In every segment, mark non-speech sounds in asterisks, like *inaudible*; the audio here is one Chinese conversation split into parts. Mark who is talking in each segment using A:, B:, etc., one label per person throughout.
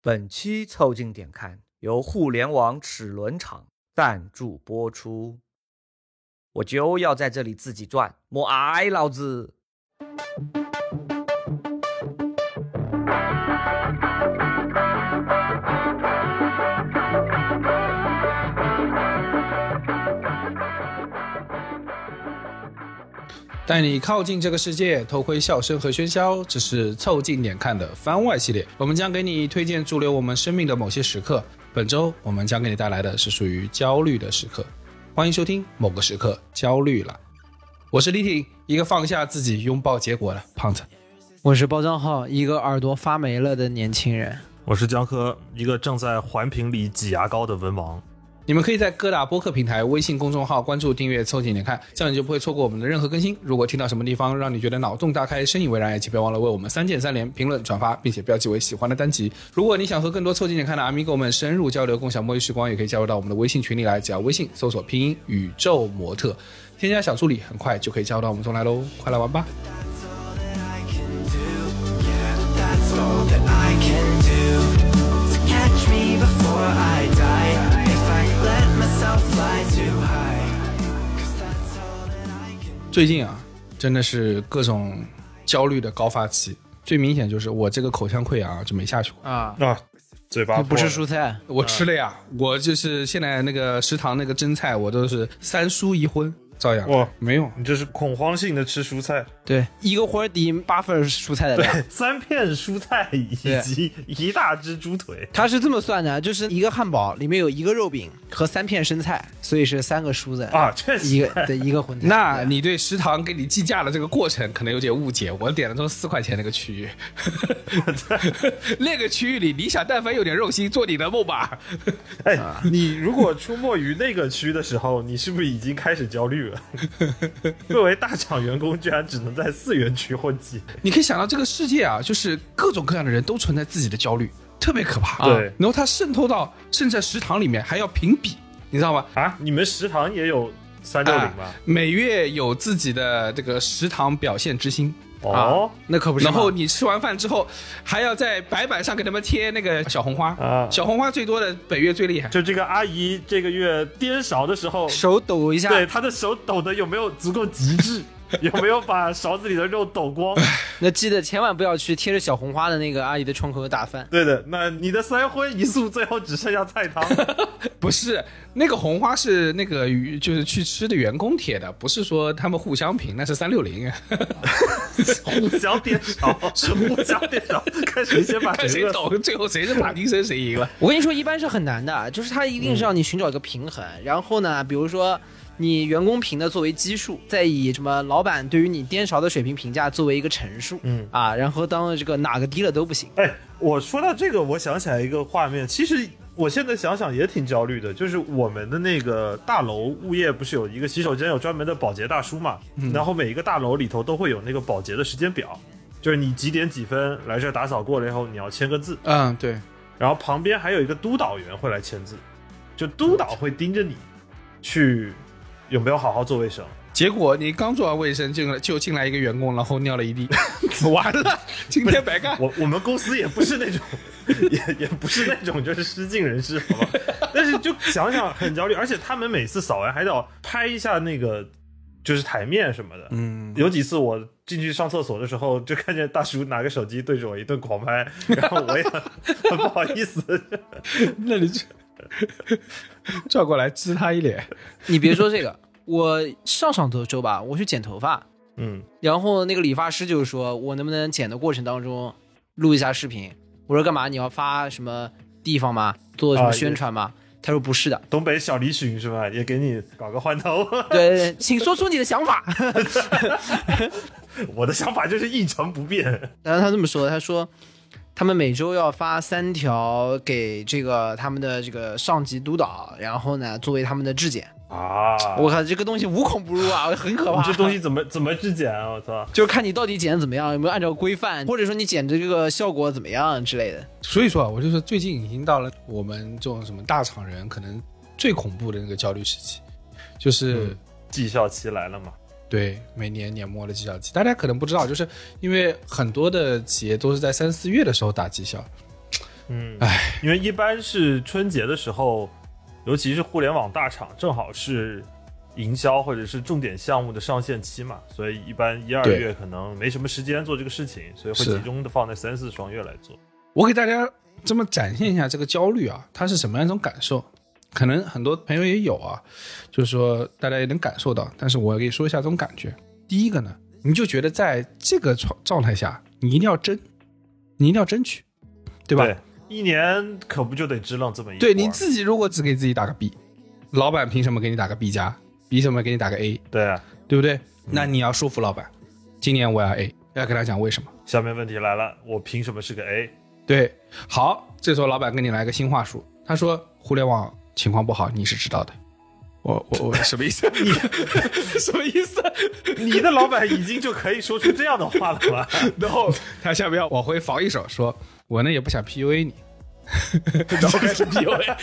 A: 本期凑近点看由互联网齿轮厂赞助播出。我就要在这里自己赚，莫挨老子！
B: 带你靠近这个世界，偷窥笑声和喧嚣，这是凑近点看的番外系列。我们将给你推荐驻留我们生命的某些时刻。本周我们将给你带来的是属于焦虑的时刻，欢迎收听《某个时刻焦虑了》。我是李挺，一个放下自己、拥抱结果的胖子。
C: 我是包账号，一个耳朵发霉了的年轻人。
D: 我是江科，一个正在环评里挤牙膏的文盲。
B: 你们可以在各大播客平台、微信公众号关注、订阅、凑近点看，这样你就不会错过我们的任何更新。如果听到什么地方让你觉得脑洞大开、深以为然，也请别忘了为我们三键三连、评论、转发，并且标记为喜欢的单集。如果你想和更多凑近点看的阿米狗们深入交流、共享摸鱼时光，也可以加入到我们的微信群里来，只要微信搜索拼音宇宙模特，添加小助理，很快就可以加入到我们中来喽！快来玩吧！
E: That's all that I can do. Yeah, that's all that I can do. To catch me before I die. If I let myself fly too high. Cause that's all that I can do.
B: 最近啊，真的是各种焦虑的高发期，最明显就是我这个口腔溃疡啊就没下去过。
C: 啊，
D: 啊，嘴巴
C: 那不是
D: 说
C: 蔬菜，
B: 我吃了呀，我就是现在那个食堂那个蒸菜，我都是三蔬一荤，照样
D: 哇
B: 没用。
D: 你这是恐慌性的吃蔬菜，
C: 对，一个锅底八份蔬菜的量。
D: *laughs* 三片蔬菜以
C: 对
D: 及一大只猪腿，
C: 它是这么算的，就是一个汉堡里面有一个肉饼和三片生菜，所以是三个蔬菜
D: 啊确实
C: 一个对一个馄饨。
B: 那你对食堂给你计价的这个过程可能有点误解，我点的都是四块钱那个区
D: *laughs*
B: 域，那个区域里你想但凡有点肉心，做你的梦吧。 *laughs*
D: 哎，
C: 啊
D: 你如果出没于那个区的时候，你是不是已经开始焦虑
C: *laughs*
D: 了？作为大厂员工，居然只能在四园区混迹，
B: 你可以想到这个世界啊，就是各种各样的人都存在自己的焦虑，特别可怕。
D: 对
B: 然后它渗透到甚至在食堂里面还要评比，你知道吗？
D: 啊！你们食堂也有三六零吧
B: 啊？每月有自己的这个食堂表现之星。
C: 啊
D: 哦，
C: 那可不是嘛。
B: 然后你吃完饭之后，还要在白板上给他们贴那个小红花。
D: 啊
B: 小红花最多的本月最厉害。
D: 就这个阿姨这个月颠勺的时候，
C: 手抖一下，
D: 对她的手抖的有没有足够极 *laughs* 致？有没有把勺子里的肉抖光？
C: 那记得千万不要去贴着小红花的那个阿姨的窗口打饭。
D: 对的，那你的三荤一素最后只剩下菜 *laughs* 汤。
B: 不是那个红花是那个与就是去吃的员工贴的，不是说他们互相评，那是三六 *laughs* 零。
D: 互相颠勺，是互相颠勺，看谁先把
B: 看
D: 谁
B: 谁
D: 饿死。
B: 懂，最后谁是马丁生谁赢了。
C: 我跟你说，一般是很难的，啊就是它一定
D: 嗯
C: 是让你寻找一个平衡。然后呢，比如说你员工评的作为基数，再以什么老板对于你颠勺的水平评价作为一个陈述，嗯啊，然后当这个哪个低了都不行。
D: 哎，我说到这个，我想起来一个画面，其实。我现在想想也挺焦虑的，就是我们的那个大楼物业不是有一个洗手间有专门的保洁大叔嘛，然后每一个大楼里头都会有那个保洁的时间表，就是你几点几分来这儿打扫过了以后，你要签个字，
B: 嗯，对，
D: 然后旁边还有一个督导员会来签字，就督导会盯着你，去有没有好好做卫生，
B: 结果你刚做完卫生，进来就进来一个员工，然后尿了一地， *laughs* 完了，今天白干。
D: 我我们公司也不是那种， *laughs* 也也不是那种就是失敬人士，好吧？但是就想想很焦虑，而且他们每次扫完还得要拍一下那个就是台面什么的。
B: 嗯，
D: 有几次我进去上厕所的时候，就看见大叔拿个手机对着我一顿狂拍，然后我也很 *laughs* 很不好意思。
B: *laughs* 那你就 *laughs* 转过来呲他一脸。
C: 你别说这个， *laughs* 我上上周周吧，我去剪头发，
D: 嗯，
C: 然后那个理发师就说我能不能剪的过程当中录一下视频？我说干嘛？你要发什么地方吗？做什
D: 啊
C: 么
D: 也
C: 宣传吗？他说不是的，
D: 东北小李旬是吧？也给你搞个换头。
C: 对对，对请说出你的想法。
D: 我的想法就是一成不变。
C: 然后他这么说，他说他们每周要发三条给这个他们的这个上级督导，然后呢作为他们的质检。
D: *laughs* 啊！
C: 我靠，这个东西无孔不入啊，很可怕。
D: 这东西怎么怎么质检啊？我操！
C: 就是看你到底剪的怎么样，有没有按照规范，或者说你剪的这个效果怎么样之类的。
B: 所以说啊，我就说最近已经到了我们这种什么大厂人可能最恐怖的那个焦虑时期，就是、
D: 绩效期来了嘛？
B: 对每年年末的绩效期。大家可能不知道，就是因为很多的企业都是在三四月的时候打绩效，
D: 嗯，哎，因为一般是春节的时候，尤其是互联网大厂，正好是营销或者是重点项目的上线期嘛，所以一般一二
B: 对
D: 月可能没什么时间做这个事情，所以会
B: 是
D: 集中的放在三四双月来做。
B: 我给大家这么展现一下这个焦虑啊，它是什么样一种感受？可能很多朋友也有啊，就是说大家也能感受到，但是我给你说一下这种感觉。第一个呢，你就觉得在这个状状态下，你一定要争，你一定要争取，对吧？
D: 对，一年可不就得支棱这么一
B: 对
D: 波儿
B: 你自己如果只给自己打个 B，老板凭什么给你打个 B 加？凭什么给你打个 A？
D: 对啊。
B: 对不对？那你要说服老板，今年我要 A，要跟他讲为什么。
D: 下面问题来了，我凭什么是个 A？
B: 对，好，这时候老板跟你来个新话术，他说互联网情况不好，你是知道的。我我我什么意思？你 *laughs* 什么意思？
D: 你的老板已经就可以说出这样的话了
B: *laughs*
D: 吧？
B: 然后他下面要往回防一手，说我呢也不想 PUA *laughs* 你，然后开始 *laughs* PUA。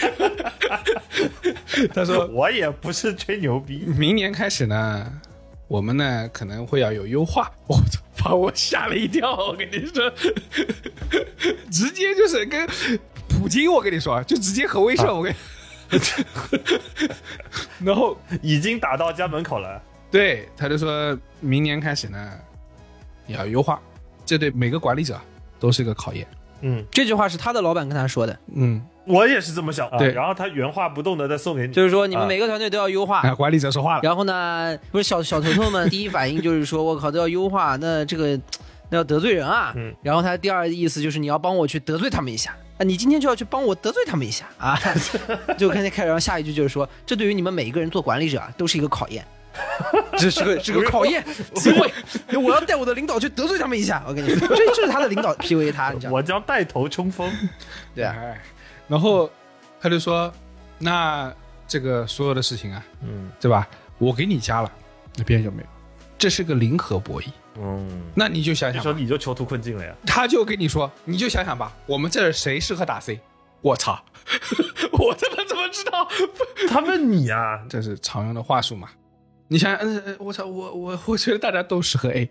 B: 他说
D: *laughs* 我也不是吹牛逼，
B: 明年开始呢，我们呢可能会要有优化。 *laughs* 我操把我吓了一跳，我跟你说， *laughs* 直接就是跟普京，我跟你说，啊就直接核
C: 啊
B: 威慑，我跟你。 *laughs* 然后
D: 已经打到家门口了。
B: 对，他就说明年开始呢，也要优化，这对每个管理者都是一个考验。
D: 嗯，
C: 这句话是他的老板跟他说的，
B: 嗯，
D: 我也是这么想。啊
B: 对
D: 然后他原话不动的再送给你，
C: 就是说你们
D: 啊
C: 每个团队都要优化。
B: 哎，管理者说话了，
C: *laughs* 然后呢，不是小小头头们第一反应就是说，我靠，都要优化，那这个那要得罪人啊。
D: 嗯
C: 然后他第二意思就是你要帮我去得罪他们一下啊，你今天就要去帮我得罪他们一下啊。 *laughs* 就看见开始，然后下一句就是说，这对于你们每一个人做管理者啊，都是一个考验。这是个是个考验机会，我要带我的领导去得罪他们一下。我跟你说，这这是他的领导 PUA 他，你知道吗？
D: 我将带头冲锋。
C: 对啊，
B: 哎，然后他就说，那这个所有的事情啊，
D: 嗯
B: 对吧？我给你加了，那别人就没有。这是个零和博弈，
D: *laughs* 嗯，
B: 那你就想
D: 这
B: 想
D: 时候
B: 吧，
D: 你就囚徒困境了呀。 *laughs*
B: 他就跟你说，你就想想吧，我们这儿谁适合打 C？我操， *laughs* 我他妈怎么知道？
D: 他问你啊，
B: 这是常用的话术嘛？你想想，嗯、呃，我操，我我我觉得大家都适合 A，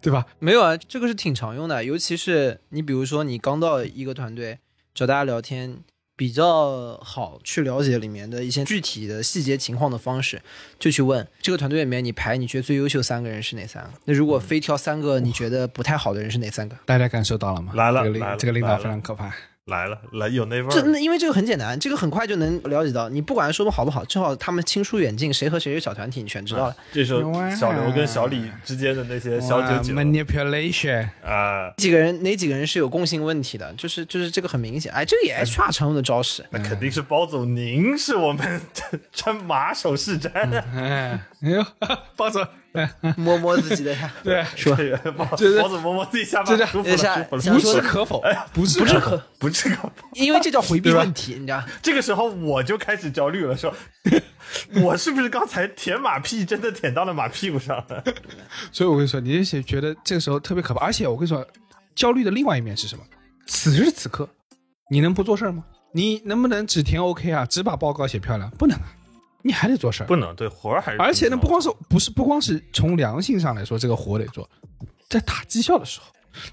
B: 对吧？
C: 没有啊，这个是挺常用的，尤其是你比如说你刚到一个团队，找大家聊天，比较好去了解里面的一些具体的细节情况的方式，就去问这个团队里面你排你觉得最优秀三个人是哪三个？那如果非挑三个你觉得不太好的人是哪三个？
B: 大家感受到了吗？
D: 来了
B: 这个领
D: 来了
B: 这个领
D: 来
B: 导
D: 了
B: 非常可怕。
D: 来了来有那味
C: 这
D: 儿。
C: 那因为这个很简单，这个很快就能了解到，你不管说的好不好，至少他们亲疏远近，谁和谁是小团体，你全知道了。
D: 这时候小刘跟小李之间的那些小
B: 哇
D: 九九
B: manipulation，
D: 啊，
C: 几个人哪几个人是有共性问题的，就是就是这个很明显，哎，这个也 HR 常用的招式。
D: 那肯定是包总，您是我们穿马首是瞻。
B: 哎，哎呦， *laughs* 包总，哎，
C: 摸摸自己的
B: *laughs*
C: 呀。
B: 对，
C: 说
D: 对 *laughs* 包
B: 就是
D: 包总摸摸自己下巴
B: 就是，
D: 舒服
C: 等一哎
D: 了，
C: 下
D: 舒服了，
C: 想
B: 不
C: 说
B: 置
C: 的
B: 可否，不置
C: 置
B: 可
C: 可
B: 否。
D: 不是个。
C: 因为这叫回避
B: 对吧
C: 问题，你知道？
D: 这个时候我就开始焦虑了，说 *laughs* 我是不是刚才舔马屁真的舔到了马屁股上了？
B: 所以我跟你说，你就是觉得这个时候特别可怕。而且我跟你说，焦虑的另外一面是什么？此时此刻，你能不做事儿吗？你能不能只填 OK 啊，只把报告写漂亮？不能啊，你还得做事儿。
D: 能，对活儿还是
B: 而且呢，不光是不是不光是从良心上来说，这个活得做，在打绩效的时候，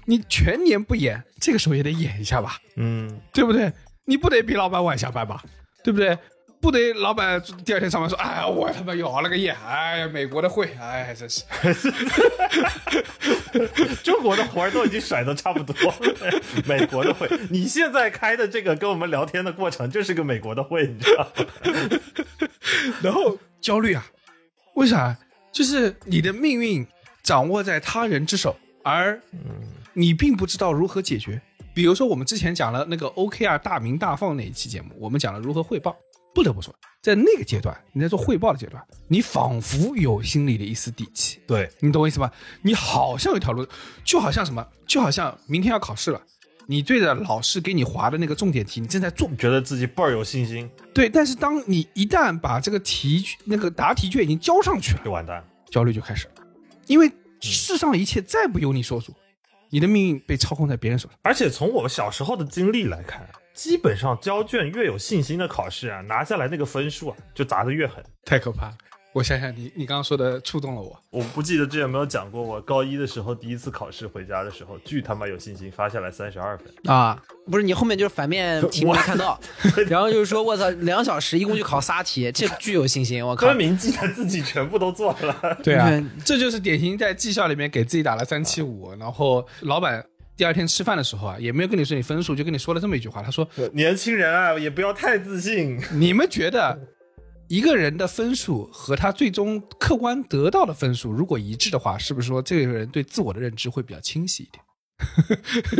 B: 你全年不演，这个时候也得演一下吧。
D: 嗯，
B: 对不对？你不得比老板晚下班吧？对不对？不得老板第二天上班说：“哎呀，我他妈又熬了个夜，哎呀，美国的会，哎呀，真是。
D: 中国的活儿都已经甩的差不多， *laughs* 美国的会，你现在开的这个跟我们聊天的过程就是个美国的会，你知道吗？”
B: *laughs* 然后焦虑啊，为啥？就是你的命运掌握在他人之手，而你并不知道如何解决。比如说，我们之前讲了那个 OKR 大鸣大放那一期节目，我们讲了如何汇报。不得不说，在那个阶段，你在做汇报的阶段，你仿佛有心里的一丝底气，
D: 对，
B: 你懂我意思吧？你好像有一条路，就好像什么，就好像明天要考试了，你对着老师给你划的那个重点题，你正在做。
D: 觉得自己倍儿有信心，
B: 对，但是当你一旦把这个题那个答题卷已经交上去了，
D: 就完蛋了。
B: 焦虑就开始了，因为世上一切再不由你所主，你的命运被操控在别人手上。
D: 而且从我小时候的经历来看，基本上交卷越有信心的考试啊，拿下来那个分数啊，就砸得越狠。
B: 太可怕了！我想想，你你刚刚说的触动了我。
D: 我不记得之前有没有讲过，我高一的时候第一次考试回家的时候，巨他妈有信心，发下来三十二分。
C: 啊，不是你后面就是反面题目没
B: *laughs*
C: 看到，然后就是说我操，两小时一共就考仨题，这巨有信心，我靠
D: 分！明记得自己全部都做 *laughs* 了，
B: 对啊
C: 对，
B: 这就是典型在技校里面给自己打了三七五，然后老板第二天吃饭的时候啊，也没有跟你说你分数，就跟你说了这么一句话，他说
D: 年轻人啊，也不要太自信。
B: 你们觉得一个人的分数和他最终客观得到的分数如果一致的话，是不是说这个人对自我的认知会比较清晰一点？ *laughs*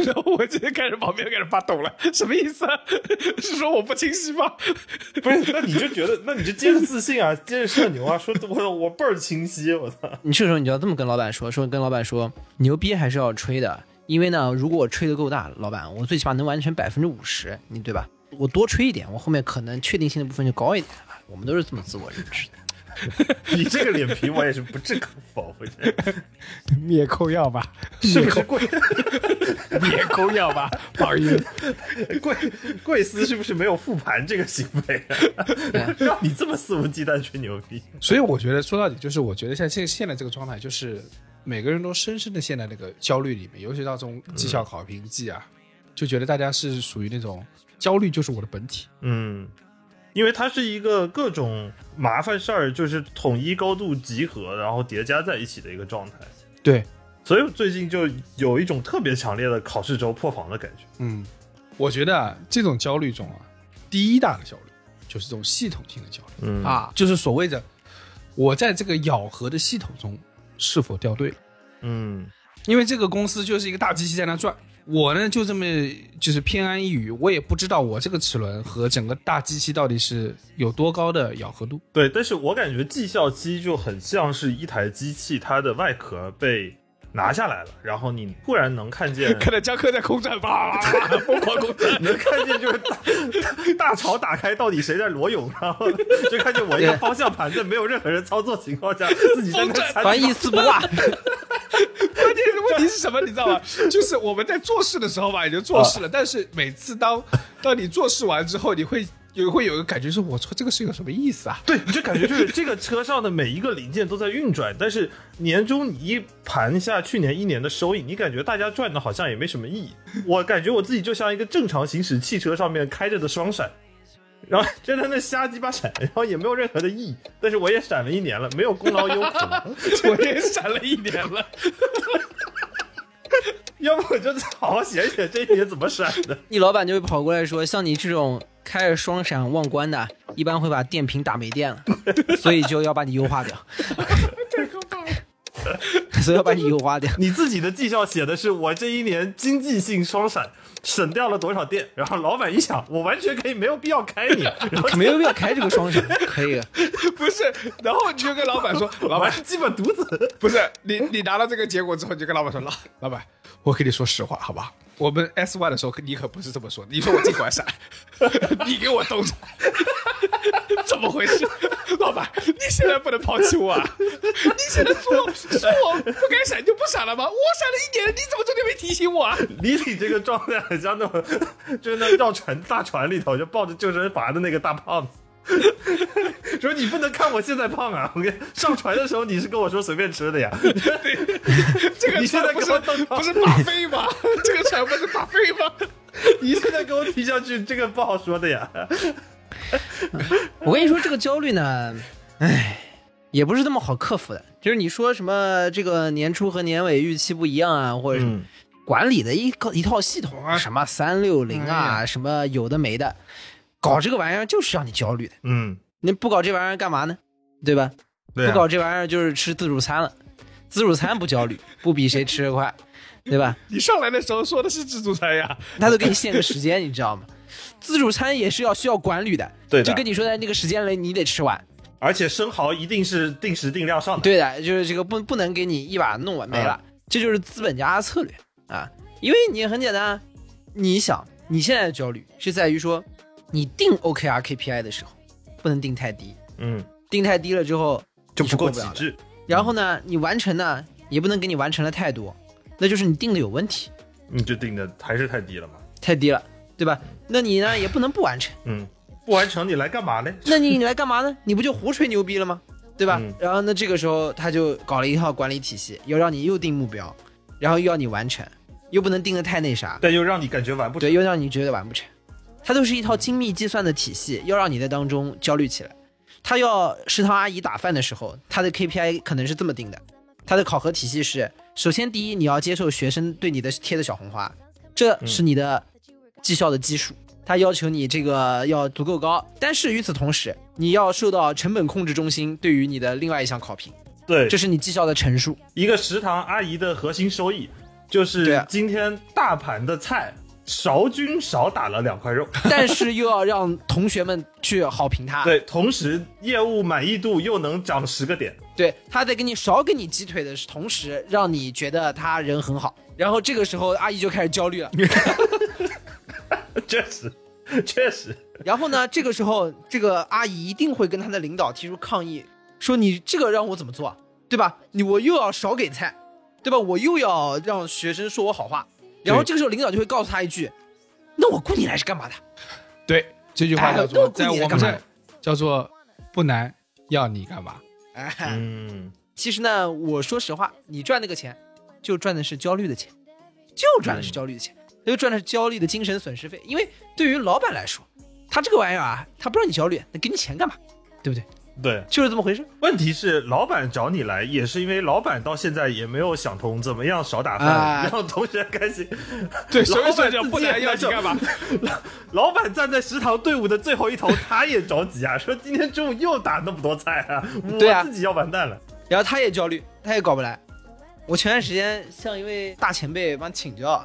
B: 然后我今天开始旁边开始发抖了，什么意思、 *laughs* 啊？是说我不清晰吗？
D: *laughs* 不是，那你就觉得，那你就接着自信啊，接着社牛啊，说我我倍儿清晰，我操！
C: 你这时候你就要这么跟老板说，说跟老板说，牛逼还是要吹的，因为呢，如果我吹的够大，老板，我最起码能完成百分之五十，你对吧？我多吹一点，我后面可能确定性的部分就高一点。啊我们都是这么自我认知的。
D: 你这个脸皮我也是不置可否，我觉得
B: 灭扣药吧，
D: *laughs* 是不是贵
B: 灭扣药吧，宝玉。
D: 贵贵司是不是没有复盘这个行为、啊？让 *laughs* 你这么肆无忌惮吹牛逼，
B: *laughs* 所以我觉得说到底就是，我觉得像现现在这个状态，就是每个人都深深的陷在那个焦虑里面，尤其到这种绩效考评季啊，就觉得大家是属于那种焦虑就是我的本体。
D: 嗯，因为它是一个各种麻烦事儿就是统一高度集合，然后叠加在一起的一个状态，
B: 对，
D: 所以最近就有一种特别强烈的考试周破防的感觉。
B: 嗯，我觉得啊，这种焦虑中啊，第一大的焦虑就是这种系统性的焦虑、
D: 嗯
B: 啊，就是所谓的我在这个咬合的系统中是否掉队了。
D: 嗯
B: 因为这个公司就是一个大机器在那转，我呢就这么就是偏安一隅，我也不知道我这个齿轮和整个大机器到底是有多高的咬合 *laughs* 度。，
D: 对，但是我感觉绩效机就很像是一台机器，它的外壳被拿下来了，然后你突然能看见
B: *laughs* 看到江科在空战，哇哇哇哇， *laughs* 疯狂空战。
D: 能看见就是大大潮打开，到底谁在裸泳，然后就看见我一个方向盘在没有任何人操作情况下，自己在那
B: 风筝
D: 参
C: 反正一丝不挂，
B: 关键是 *laughs* 问题是什么，你知道吗？就是我们在做事的时候吧，也就做事了，但是每次当当你做事完之后，你会有会有一个感觉是，我操，这个是有什么意思啊？
D: 对，你就感觉就是这个车上的每一个零件都在运转，但是年终你一盘下去年一年的收益，你感觉大家赚的好像也没什么意义。我感觉我自己就像一个正常行驶汽车上面开着的双闪，然后就在那瞎鸡巴闪，然后也没有任何的意义。但是我也闪了一年了，没有功劳也有苦劳，
B: 我也闪了一年了。
D: 要不我就好好写写这一年怎么闪的。
C: 你老板就会跑过来说，像你这种开着双闪忘关的，一般会把电瓶打没电了， *laughs* 所以就要把你优化掉。 *laughs* 所以要把你优化掉。
D: 你自己的绩效写的是我这一年经济性双闪省掉了多少电，然后老板一想，我完全可以没有必要开你，然后
C: 没有必要开这个双闪，可以的。啊
B: 不是，然后你就跟老板说，
D: *laughs*
B: 老
D: 我
B: 板
D: 还，基本独子。
B: *laughs* 不是你，你拿到这个结果之后，你就跟老板说，老老板，我跟你说实话，好吧？我们 S one 的时候，你可不是这么说的，你说我尽管闪， *laughs* 你给我冻着， *laughs* 怎么回事？老板，你现在不能抛弃我啊！你现在说说我不该闪就不闪了吗？我闪了一年，你怎么中间没提醒我啊？
D: 李挺这个状态很像那种， *laughs* 就是那绕船大船里头就抱着救生筏的那个大胖子。 *laughs* 说你不能看我现在胖啊！我跟上船的时候你是跟我说随便吃的呀，
B: 这个
D: *laughs* 你现
B: 船
D: 在
B: 不
D: 给
B: 是
D: 我冻着
B: 不是巴菲吗？这个船不是巴菲吗？
D: *laughs* 你现在给我提上去，这个不好说的呀。
C: 我跟你说，这个焦虑呢，唉，也不是这么好克服的。就是你说什么这个年初和年尾预期不一样啊，或者什
D: 嗯
C: 么、管理的一个一套系统啊，什么三六零
B: 哎
C: 啊，什么有的没的，搞这个玩意儿就是让你焦虑的。
D: 嗯，
C: 你不搞这玩意儿干嘛呢？对吧？
D: 对啊
C: 不搞这玩意儿就是吃自助餐了。自助餐不焦虑，不比谁吃得快，对吧？
B: 你上来的时候说的是自助餐呀，
C: 他都给你限个时间，你知道吗？自助餐也是要需要管理的，
D: 对的
C: 就跟你说在那个时间内你得吃完，
D: 而且生蚝一定是定时定量上的。
C: 对的，就是这个不不能给你一把弄完没了，
D: 嗯
C: 这就是资本家的策略啊，因为你很简单啊，你想你现在的焦虑是在于说你定啊 OKR KPI 的时候不能定太低，
D: 嗯，
C: 定太低了之后
D: 就
C: 你
D: 不
C: 是
D: 够
C: 过不
D: 极
C: 了的
D: 致。
C: 然后呢，你完成呢也不能给你完成了太多，那就是你定的有问题，
D: 你就定的还是太低了嘛。
C: 太低了，对吧？那你呢也不能不完成，
D: 嗯，不完成你来干嘛呢？
C: 那你你来干嘛呢？你不就胡吹牛逼了吗？对吧？
F: 嗯
C: 然后那这个时候他就搞了一套管理体系，要让你又定目标，然后又要你完成，又不能定的太那啥，
D: 但又让你感觉完不成
C: 对，。又让你觉得完不成。它都是一套精密计算的体系，要让你在当中焦虑起来。他要食堂阿姨打饭的时候，他的 KPI 可能是这么定的，他的考核体系是：首先第一，你要接受学生对你的贴的小红花，这
D: 嗯
C: 是你的绩效的基数。他要求你这个要足够高，但是与此同时，你要受到成本控制中心对于你的另外一项考评，
D: 对，
C: 这是你绩效的陈述。 *laughs*
D: 一个食堂阿姨的核心收益就
C: 对
D: 是
C: 啊
D: 今天大盘的菜少均少打了两
C: *laughs*
D: 块肉，
C: 但是又要让同学们去好评他，
D: 对，同时业务满意度又能涨十个点， *laughs*
C: 对，他在给你少给你鸡腿的同时，让你觉得他人很好。然后这个时候阿姨就开始焦虑了。
D: 确实，确实，
C: 然后呢，这个时候这个阿姨一定会跟她的领导提出抗议，说你这个让我怎么做啊，对吧？你我又要少给菜，对吧？我又要让学生说我好话。然后这个时候领导就会告诉他一句：“那我雇你来是干嘛的？
B: 对，这句话
C: 哎
B: 叫
C: 那
B: 做
C: 我
B: 在
C: 雇你来
B: 我们
C: 干
B: 这
C: 嘛
B: 儿叫做不难，要你干嘛？
C: 哎，
F: 嗯，
C: 其实呢，我说实话，你赚那个钱，就赚的是焦虑的钱，就赚
B: 嗯
C: 的是焦虑的钱，那就赚的是焦虑的精神损失费。因为对于老板来说，他这个玩意儿啊，他不让你焦虑，那给你钱干嘛？对不对？
D: 对。
C: 就是这么回事
D: 问题是，老板找你来也是因为老板到现在也没有想通怎么样少打饭，
C: 啊
D: 让同学开心。 *laughs*
B: 对，
D: 老
B: 所以
D: 板
B: 说叫
D: 自己
B: 不难，
D: 也
B: 要
D: 难
B: 你
D: 受
B: 干嘛？
D: 老板站在食堂队伍的最后一头，他也着急啊， *laughs* 说今天中午又打那么多菜啊，
C: 对啊
D: 我自己要完蛋了。
C: *laughs* 然后他也焦虑，他也搞不来。我前段时间向一位大前辈帮请教，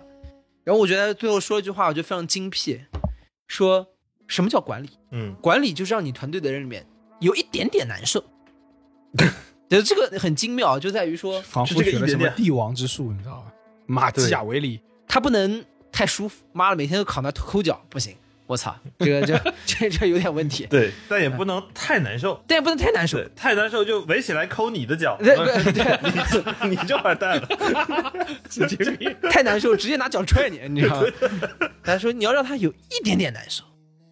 C: 然后我觉得最后说一句话，我觉得非常精辟，说什么叫管理？
D: 嗯，
C: 管理就是让你团队的人里面有一点点难受。 *laughs* 觉得这个很精妙，就在于说
B: 仿佛
D: 这个
B: 学
D: 一
B: 了什
D: 点
B: 么
D: 点
B: 帝王之术，你知道吧？马基雅维里，
C: 他不能太舒服，妈的，每天都扛他抠脚，不行，我操，这个这这这有点问题，
D: 对，但也不能太难受，
C: 但也不能太难受
D: 对，，太难受就围起来抠你的脚， *laughs*
C: 对对对，
D: 你你就
C: *laughs*
D: 完蛋了。
B: 神经病。
C: 太难受，直接拿脚踹你，你知道吗？他说你要让他有一点点难受，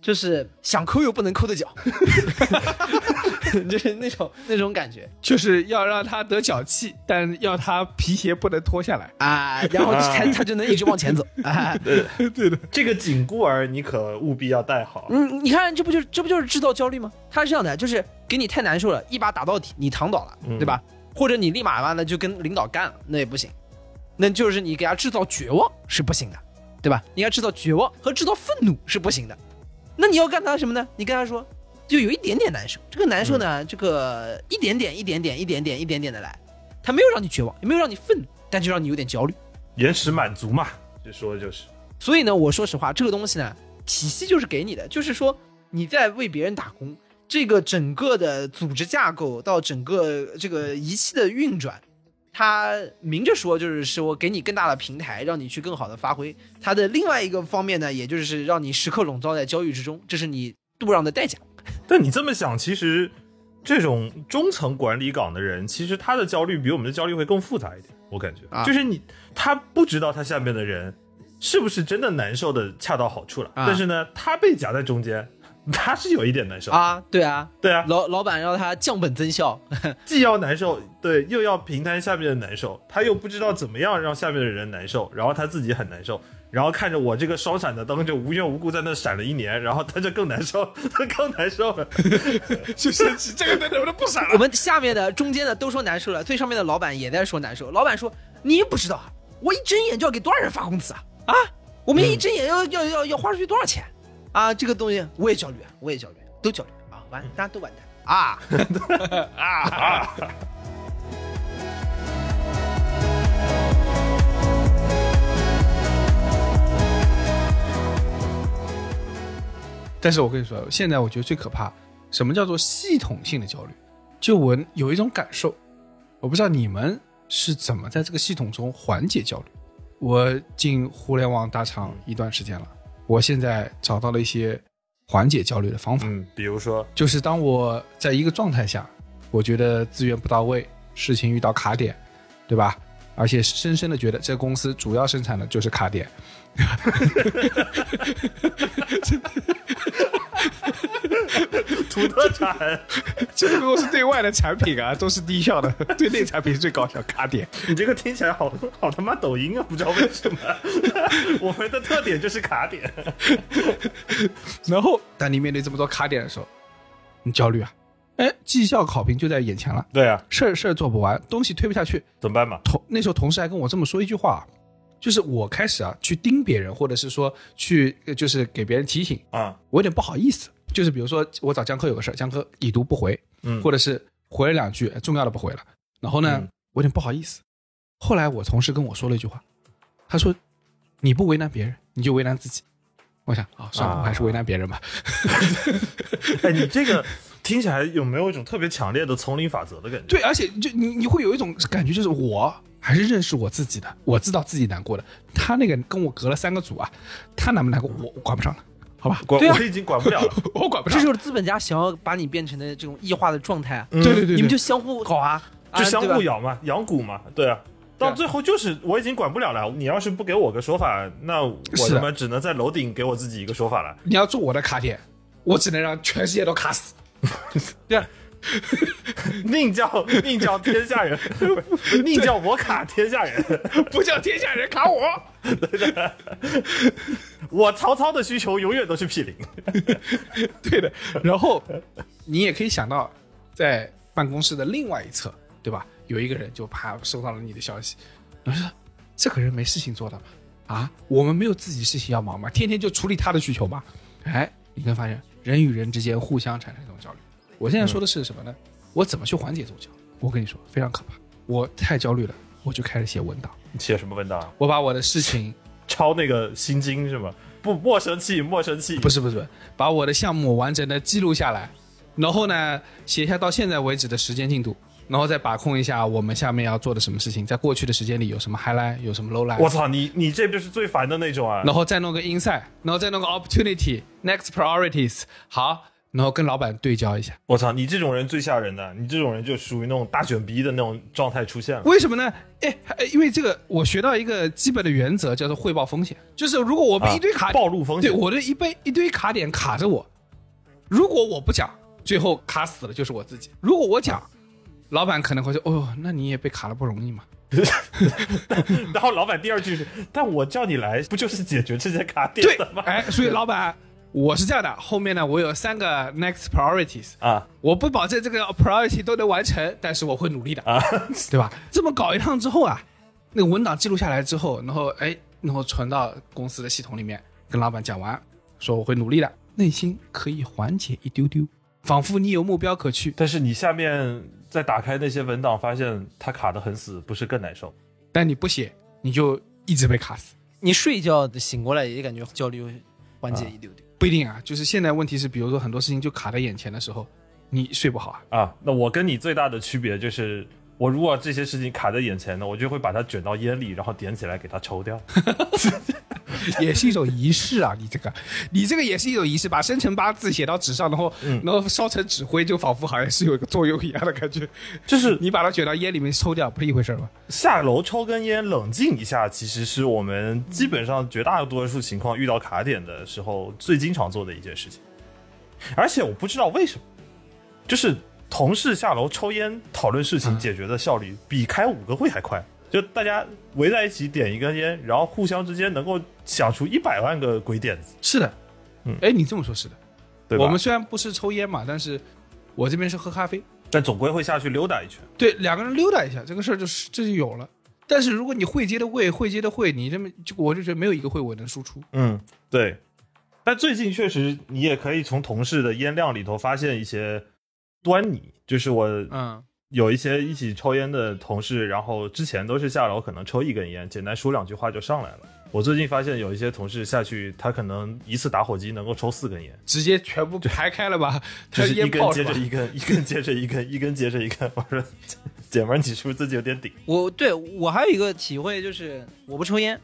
C: 就是想抠又不能抠的脚， *laughs* 就是那种那种感觉
B: 就是要让他得脚气，但要他皮鞋不能脱下来。
C: 啊，然后他他就能一直往前走啊。
D: 这个紧箍儿你可务必要带好。
C: 嗯，你看，这不就是这不就是制造焦虑吗？他是这样的，就是给你太难受了，一把打到底，你躺倒了，对吧？或者你立马完了就跟领导干了，那也不行。那就是你给他制造绝望是不行的，对吧？你要制造绝望和制造愤怒是不行的。那你要干他什么呢？你跟他说，就有一点点难受，这个难受呢，这个一点点、一点点、一点点、一点点的来，他没有让你绝望，也没有让你愤怒，但就让你有点焦虑。
D: 延迟满足嘛，就说的就是，
C: 所以呢，我说实话，这个东西呢，体系就是给你的，就是说你在为别人打工，这个整个的组织架构到整个这个仪器的运转，它明着说就是说给你更大的平台，让你去更好的发挥。它的另外一个方面呢，也就是让你时刻笼罩在交易之中，这是你度量的代价。
D: 但你这么想，其实这种中层管理岗的人，其实他的焦虑比我们的焦虑会更复杂一点，我感觉，
C: 啊
D: 就是你他不知道他下面的人是不是真的难受的恰到好处了，
C: 啊
D: 但是呢，他被夹在中间，他是有一点难受，
C: 啊，对啊，
D: 对啊，
C: 老老板让他降本增效，
D: 既要难受，对，又要平摊下面的难受，他又不知道怎么样让下面的人难受，然后他自己很难受，然后看着我这个双闪的灯就无缘无故在那闪了一年，然后他就更难受， *laughs* 他更难受了。 *laughs*
B: 就生气，这个灯能不能不闪
C: 我
B: 了？
C: 们下面的、中间的都说难受了，最上面的老板也在说难受。老板说：“你不知道，啊，我一睁眼就要给多少人发工资啊！啊，我们一睁眼要、要要要花出去多少钱啊？这个东西我也焦虑，我也焦虑，都焦虑啊！完，大家都完蛋啊！
B: 但是我跟你说，现在我觉得最可怕，什么叫做系统性的焦虑？就我有一种感受，我不知道你们是怎么在这个系统中缓解焦虑。我进互联网大厂一段时间了，我现在找到了一些缓解焦虑的方法。
D: 嗯，比如说，
B: 就是当我在一个状态下，我觉得资源不到位，事情遇到卡点，对吧？而且深深的觉得这公司主要生产的就是卡点，
D: 土特产，
B: 这个如果是对外的产品 *laughs* 啊，都是低效的，对内产品是最高效。卡点，
D: 你这个听起来好好他妈抖音啊，不知道为什么。 *laughs* 我们的特点就是卡点，
B: 然后当你面对这么多卡点的时候，你焦虑啊，哎，绩效考评就在眼前了，
D: 对啊，
B: 事儿事儿做不完，东西推不下去。
D: 怎么办嘛？
B: 同那时候同事还跟我这么说一句话啊，就是我开始啊去盯别人，或者是说去呃就是给别人提醒，
D: 啊，
B: 我有点不好意思。就是比如说我找江科有个事儿，江科已读不回，
D: 嗯
B: 或者是回了两句哎重要的不回了，然后呢、
D: 嗯
B: 我有点不好意思。后来我同事跟我说了一句话，他说：“你不为难别人，你就为难自己。”我想啊，算了，
D: 啊
B: 我还是为难别人吧。
D: 哎，你这个听起来有没有一种特别强烈的丛林法则的感觉？
B: 对，而且就你你会有一种感觉，就是我还是认识我自己的，我知道自己难过的。他那个跟我隔了三个组啊，他难不难过，我我管不上了，好吧，
D: 管
C: 对啊
D: 我已经管不了 *laughs* 了。
B: 我管不上
C: 这。就是资本家想要把你变成的这种异化的状态啊！
B: 对对对对，
C: 你们就相互搞啊，
D: 就
C: 啊
D: 相互。
C: 对吧
D: 咬嘛，养蛊嘛，对啊。到最后就是我已经管不了了，你要是不给我个说法，那我
B: 是的
D: 他妈只能在楼顶给我自己一个说法了。 *laughs*
B: 你要做我的卡点，我只能让全世界都卡死。
D: 对啊，宁叫宁叫天下人， *laughs* 不是宁叫我卡天下人。
B: 不叫天下人卡我。
D: *laughs* 我曹操的需求永远都是屁零。
B: *laughs* 对的，然后你也可以想到，在办公室的另外一侧，对吧？有一个人就啪收到了你的消息，然后说这个人没事情做的吗？啊，我们没有自己事情要忙吗？天天就处理他的需求吗？哎，你会发现人与人之间互相产生这种焦虑。我现在说的是什么呢？我怎么去缓解这种焦虑？我跟你说，非常可怕。我太焦虑了，我就开始写文档，
D: 你写什么文档？
B: 我把我的事情
D: 抄那个《心经》是吗？不，莫生气，莫生气。
B: 不
D: 是，
B: 是不是，把我的项目完整的记录下来，然后呢写一下到现在为止的时间进度，然后再把控一下我们下面要做的什么事情，在过去的时间里有什么 high line，有什么 low line，
D: 我操，你你这就是最烦的那种啊！
B: 然后再弄个 insight，然后再弄个 opportunity，next priorities，好，然后跟老板对焦一下。
D: 我操，你这种人最吓人的，你这种人就属于那种大卷逼的那种状态出现了。
B: 为什么呢？哎，还因为这个我学到一个基本的原则，叫做汇报风险。就是如果我被
D: 啊
B: 一堆卡、
D: 暴露风
B: 对
D: 险
B: 我的一被一堆卡点卡着我，如果我不讲，最后卡死的就是我自己；如果我讲，老板可能会说：“哦，那你也被卡了，不容易嘛。
D: *laughs* 然后老板第二句是：“但我叫你来，不就是解决这些卡”点
B: 对
D: 的吗，？”
B: 哎，所以老板，我是这样的，后面呢，我有三个 next priorities，
D: 啊
B: 我不保证这个 priority 都能完成，但是我会努力的。
D: 啊，
B: 对吧？这么搞一趟之后啊，那个文档记录下来之后，然后哎，然后存到公司的系统里面，跟老板讲完，说我会努力的，内心可以缓解一丢丢，仿佛你有目标可去。
D: 但是你下面再打开那些文档，发现它卡的很死，不是更难受？
B: 但你不写，你就一直被卡死。
C: 你睡一觉醒过来也感觉焦虑缓解一丢丢。
B: 不一定啊，就是现在问题是，比如说很多事情就卡在眼前的时候，你睡不好啊。
D: 啊，那我跟你最大的区别就是，我如果这些事情卡在眼前呢，我就会把它卷到烟里，然后点起来给它
B: *laughs*
D: 抽掉。
B: *laughs* 也是一种仪式啊！你这个，你这个也是一种仪式，把生辰八字写到纸上，然后，然后烧成纸灰，就仿佛好像是有一个作用一样的感觉。
D: 就是
B: 你把它卷到烟里面抽掉，不是一回事儿吗？
D: 下楼抽根烟，冷静一下，其实是我们基本上绝大多数情况遇到卡点的时候最经常做的一件事情。而且我不知道为什么，就是同事下楼抽烟讨论事
B: 嗯
D: 情解决的效率比开五个会还快。就大家围在一起点一根烟，然后互相之间能够想出一百万个鬼点子，
B: 是的，
D: 嗯
B: 哎，你这么说是的。
D: 对吧？
B: 我们虽然不是抽烟嘛，但是我这边是喝咖啡，
D: 但总归会下去溜达一圈。
B: 对，两个人溜达一下，这个事儿就是这就有了。但是如果你会接的会，会接的会，你这么就我就觉得没有一个会我能输出。
D: 嗯，对。但最近确实，你也可以从同事的烟量里头发现一些端倪，就是我
B: 嗯，
D: 有一些一起抽烟的同事，然后之前都是下楼可能抽一根烟，简单说两句话就上来了。我最近发现有一些同事下去，他可能一次打火机能够抽四根烟，
B: 直接全部排开了吧，
D: *laughs* 就
B: 他
D: 是一
B: 烟
D: 根
B: 泡
D: 接
B: 是
D: 着
B: 吧？
D: 一根，一根接着一根，一根接着一根。我说，姐们儿，你是不是自己有点顶？
C: 我对我还有一个体会就是，我不抽烟，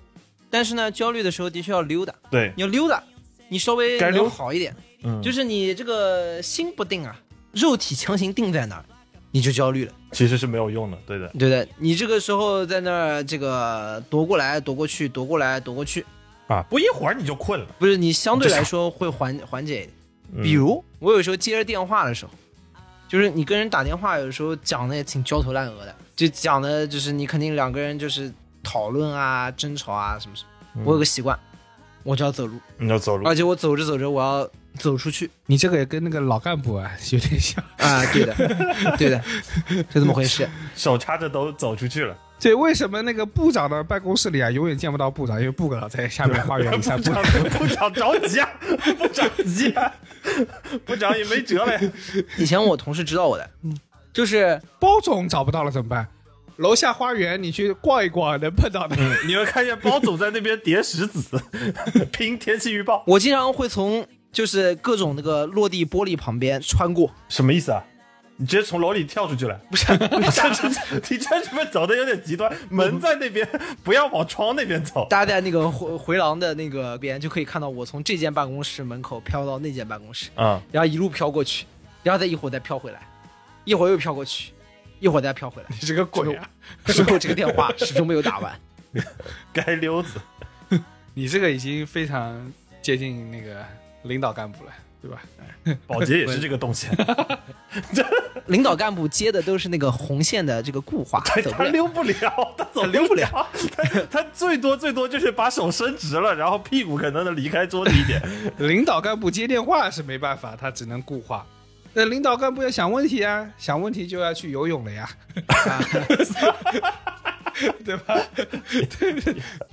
C: 但是呢，焦虑的时候的确要溜达，
D: 对，
C: 你要溜达，你稍微
D: 该溜
C: 能好一点，
D: 嗯，
C: 就是你这个心不定啊，肉体强行定在那儿，你就焦虑了。
D: 其实是没有用的，对的。
C: 对的，你这个时候在那儿这个夺过来夺过去夺过来夺过去，
D: 啊，不一会儿你就困了。
C: 不是你相对来说会缓缓解一点。比如我有时候接着电话的时候，就是你跟人打电话，有时候讲的也挺焦头烂额的，就讲的就是你肯定两个人就是讨论啊、争吵啊什么什么。我有个习惯，我就要走路，
D: 你嗯要走路
C: 而 *laughs* 且我走着走着我要走出去
B: 你这个也跟那个老干部啊有点像。
C: *laughs* 啊，对的，对的，是这么回事。
D: 手插着兜走出去了，
B: 对，为什么那个部长的办公室里啊，永远见不到部长，因为部长在下面花园里散
D: *laughs* 部
B: 步。
D: 长部长着急 *laughs* 啊，部长急啊，部长也没辙了 *laughs* 呀。
C: 以前我同事知道我的，就是
B: 包总找不到了怎么办？楼下花园你去逛一逛，能碰到的。
D: 你们看见包总在那边叠石子， *laughs* 拼天气预报，
C: 我经常会从就是各种那个落地玻璃旁边穿过，
D: 什么意思啊？你直接从楼里跳出去 *laughs* 了？不是，你这是不是走的有点极端？门在那边，不要往窗那边走。
C: 大家在那个回回廊的那个边就可以看到我从这间办公室门口飘到那间办公室，
D: 啊、
C: 然后一路飘过去，然后再一会儿再飘回来，一会儿又飘过去，一会儿再飘回来。
B: 你是个鬼啊！
C: 最后这个电话始终没有打完。
D: 该溜子。
B: 你这个已经非常接近那个领导干部了，对吧？
D: 保洁也是这个动线，
C: 领导干部接的都是那个红线的这个固话，走不
D: *laughs* 他
C: 了。
D: 溜不了， *laughs* 他走溜不了，他他最多最多就是把手伸直了，然后屁股可能能离开桌子一点。
B: 领导干部接电话是没办法，他只能固话。那领导干部要想问题啊，想问题就要去游泳了呀， *laughs* 对吧？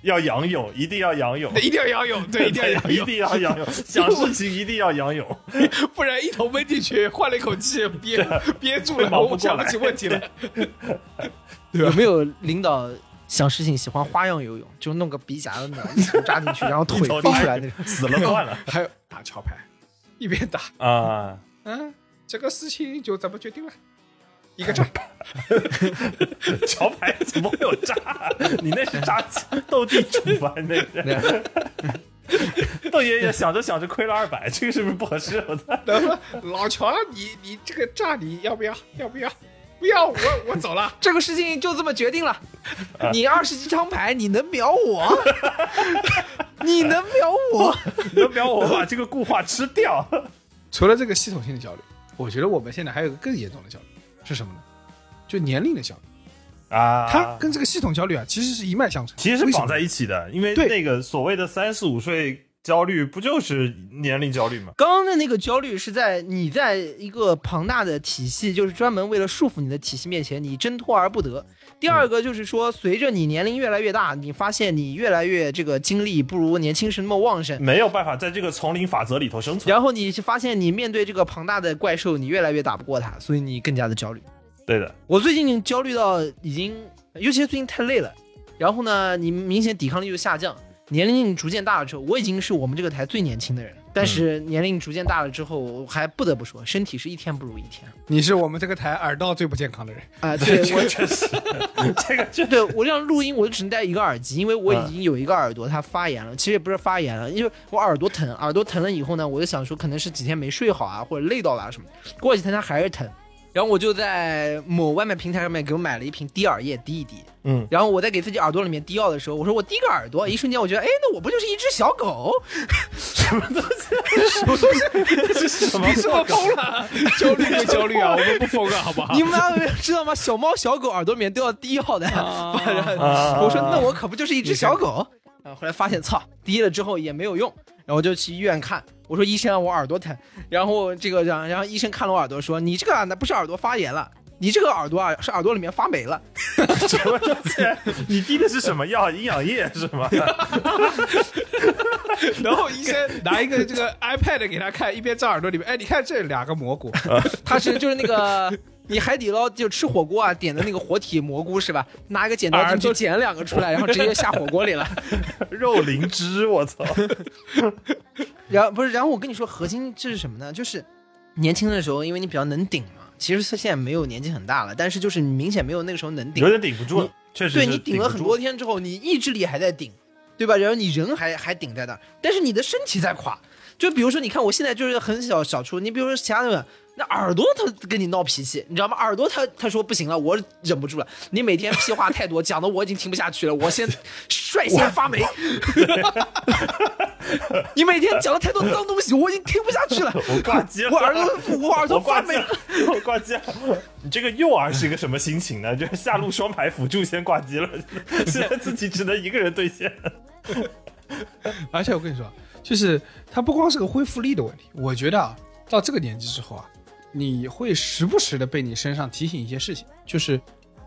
D: 要仰泳，一定要
C: *laughs*
D: 仰泳，
B: 一定要游泳，对，一定要游
D: 一
B: 泳，
D: 定要仰泳，想事情一定要仰泳。
B: 不然一头闷进去，换了一口气憋 *laughs* 憋住了，
D: 忙不
B: 我
D: 过
B: 想
D: 来
B: 不起问题了。
C: 有没有领导想事情喜欢花样游泳，就弄个鼻夹子那样一头扎进去，然后腿
D: 一头
C: 飞出
D: *laughs*
C: 来那种？
D: 死了算了
B: 还有打桥牌，一边打，
D: 啊！
B: 嗯，这个事情就怎么决定了？一个站，
D: 桥牌怎么会有
C: *laughs*
D: 渣？你那是渣斗地主吧？那是。 *laughs* 窦爷爷想着想着亏了二百，这个是不是不合适？
C: *laughs*
D: 我操！
B: 然后老乔，你你这个炸你要不要？要不要？不要，我我走了。
C: 这个事情就这么决定了。你二十几张牌，你能秒我？你能秒我？
D: 能不要我把这个固话吃
C: *laughs*
D: 掉？
B: 除了这个系统性的焦虑，我觉得我们现在还有一个更严重的焦虑是什么呢？就年龄的焦虑，
D: 啊
B: 它跟这个系统焦虑啊，其实是一脉相承，
D: 其实是绑在
B: 起。
D: 一起的，因为
B: 对
D: 那个所谓的三十五岁焦虑，不就是年龄焦虑吗？
C: 刚刚的那个焦虑是在你在一个庞大的体系，就是专门为了束缚你的体系面前，你挣脱而不得。第二个就是说，随着你年龄越来越大，你发现你越来越这个精力不如年轻时那么旺盛，
D: 没有办法在这个丛林法则里头生存。
C: 然后你发现你面对这个庞大的怪兽，你越来越打不过它，所以你更加的焦虑。
D: 对的， *laughs*
C: 我最近焦虑到已经，尤其是最近太累了，然后呢，你明显抵抗力就下降。年龄逐渐大了之后，我已经是我们这个台最年轻的人，但是年龄逐渐大了之后，我还不得不说，身体是一天不如一天
B: 你是我们这个台耳道最不健 *laughs* 康的人，
C: 啊、 *laughs* 对我，
D: 确实，这个
C: *laughs*
D: 这
C: 对我这样录音，我就只能戴一个耳机，因为我已经有一个耳朵它发炎了，其实也不是发炎了，因为我耳朵疼，耳朵疼了以后呢，我就想说可能是几天没睡好啊，或者累到了啊什么，过几天它还是疼。然后我就在某外卖平台上面给我买了一瓶滴耳液滴一滴，
D: 嗯，
C: 然后我在给自己耳朵里面滴药的时候，我说我滴个耳朵，一瞬间我觉得，哎，那我不就是一只小狗？
B: 你是不是疯了？焦虑就焦虑啊，我们不疯啊，好不好？ *laughs*
C: *laughs* 你们知道吗？小猫、小狗耳朵里面都要滴药的。然后我说那我可不就是一只小狗？啊，后来发现操，滴了之后也没有用，然后就去医院看。我说医生啊，我耳朵疼。然后这个让然后医生看了我耳朵说，你这个啊那不是耳朵发炎了，你这个耳朵啊是耳朵里面发霉了。
D: *laughs* 什么东西？你滴的是什么药？营养液是 *laughs* 吗？
B: 然后医生拿一个这个 iPad 给他看，一边照耳朵里面，哎，你看这两个蘑菇，
C: 他是就是那个你海底捞就吃火锅啊点的那个活体蘑菇是吧？拿一个剪刀进去剪了两个出来，然后直接下火锅里了。
D: 肉灵芝，我操！
C: 然后不是，然后我跟你说，核心这是什么呢？就是年轻的时候，因为你比较能顶嘛。其实现在没有年纪很大了，但是就是你明显没有那个时候能顶
D: 有。点顶不住了，确实
C: 对
D: 是
C: 你顶
D: 不
C: 了
D: 住
C: 很多天之后，你意志力还在顶，对吧？然后你人还还顶在那儿，但是你的身体在垮。就比如说，你看我现在就是很小小处，你比如说其他的，那耳朵他跟你闹脾气，你知道吗？耳朵他他说不行了，我忍不住了。你每天屁话太多，讲的我已经听不下去了，我先率先发霉。你每天讲的太多脏东西，我已经听不下去了。
D: 我挂机了
C: 我耳朵我耳朵
D: 我挂
C: 发
D: 机
C: 霉
D: 了。， *laughs* 我挂机了。你这个诱饵是一个什么心情呢？就是下路双排辅助先挂机了， *laughs* 现在自己只能一个人对线。
B: 而且我跟你说，就是它不光是个恢复力的问题，我觉得啊，到这个年纪之后啊，你会时不时的被你身上提醒一些事情，就是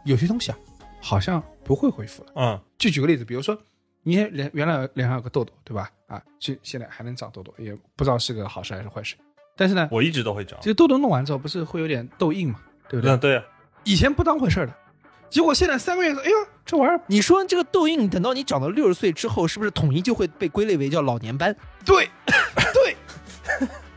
B: 有些东西啊，好像不会恢复了。
D: 嗯
B: 就举个例子，比如说你脸原来脸上有个痘痘，对吧？啊，现现在还能长痘痘，也不知道是个好事还是坏事。但是呢，
D: 我一直都会找
B: 这。个痘痘弄完之后，不是会有点痘印嘛，对不对？
D: 嗯，对啊，
B: 以前不当回事儿的，结果现在三个月，哎呦，这玩意儿
C: 你说这个痘印，等到你长到六十岁之后，是不是统一就会被归类为叫老年斑？
B: 对，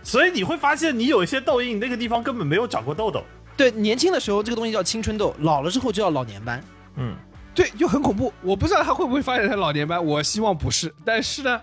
D: 所以你会发现，你有一些痘印，那个地方根本没有长过痘痘。
C: 对，年轻的时候这个东西叫青春痘，
B: 嗯
C: 老了之后就叫老年斑。
D: 嗯，
B: 对，就很恐怖。我不知道他会不会发展成老年斑，我希望不是。但是呢，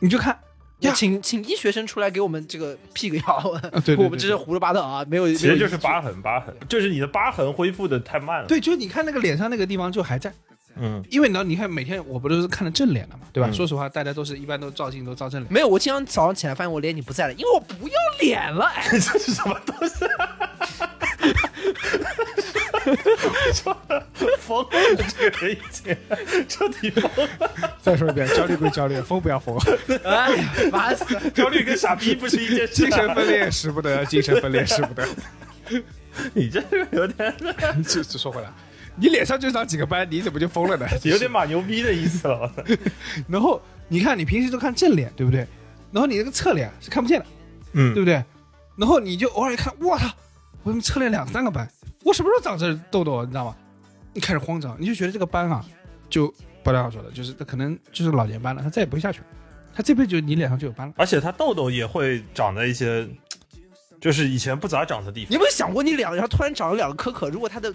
B: 你就看，呀啊
C: 请请医学生出来给我们这个辟个谣，
B: 对对对
C: *laughs* 我们这是胡说八道啊，没有，
D: 其
C: 没
D: 实
C: 有
D: 就是疤痕，疤痕就是你的疤痕恢复的太慢了。，
B: 对，就是你看那个脸上那个地方就还在，
D: 嗯，
B: 因为呢，你看每天我不都是看了正脸了嘛，对吧？
D: 嗯
B: 说实话，大家都是一般都照镜都照正脸。
C: 没有。我经常早上起来发现我脸已经不在了，因为我不要脸了。哎
D: *laughs* 这是什么东西？疯了，这个人已经彻底疯了，
F: 再说一遍，焦虑归焦
B: *laughs*
F: 虑，疯不要疯，
C: 哎 *laughs* 呀，烦死了！
D: 焦虑跟傻逼不是一件事啊
F: 精。神分裂使不得，精神分裂使不得。
D: 你这个有点
F: *laughs* 就就说回来，你脸上就长几个斑，你怎么就疯了呢？
D: 有点马牛逼的意思了。
B: *laughs* 然后你看，你平时都看正脸，对不对？然后你那个侧脸是看不见的，
D: 嗯
B: 对不对？然后你就偶尔一看，我操，我怎么侧脸两三个斑？我什么时候长这痘痘啊？你知道吗？你开始慌张，你就觉得这个斑啊，就不太好说的，就是它可能就是老年斑了，它再也不会下去了，它这辈子就你脸上就有斑了。
D: 而且它痘痘也会长在一些，就是以前不咋长的地
C: 你
D: 方。
C: 有没有想过，你脸上突然长了两个颗颗，如果它的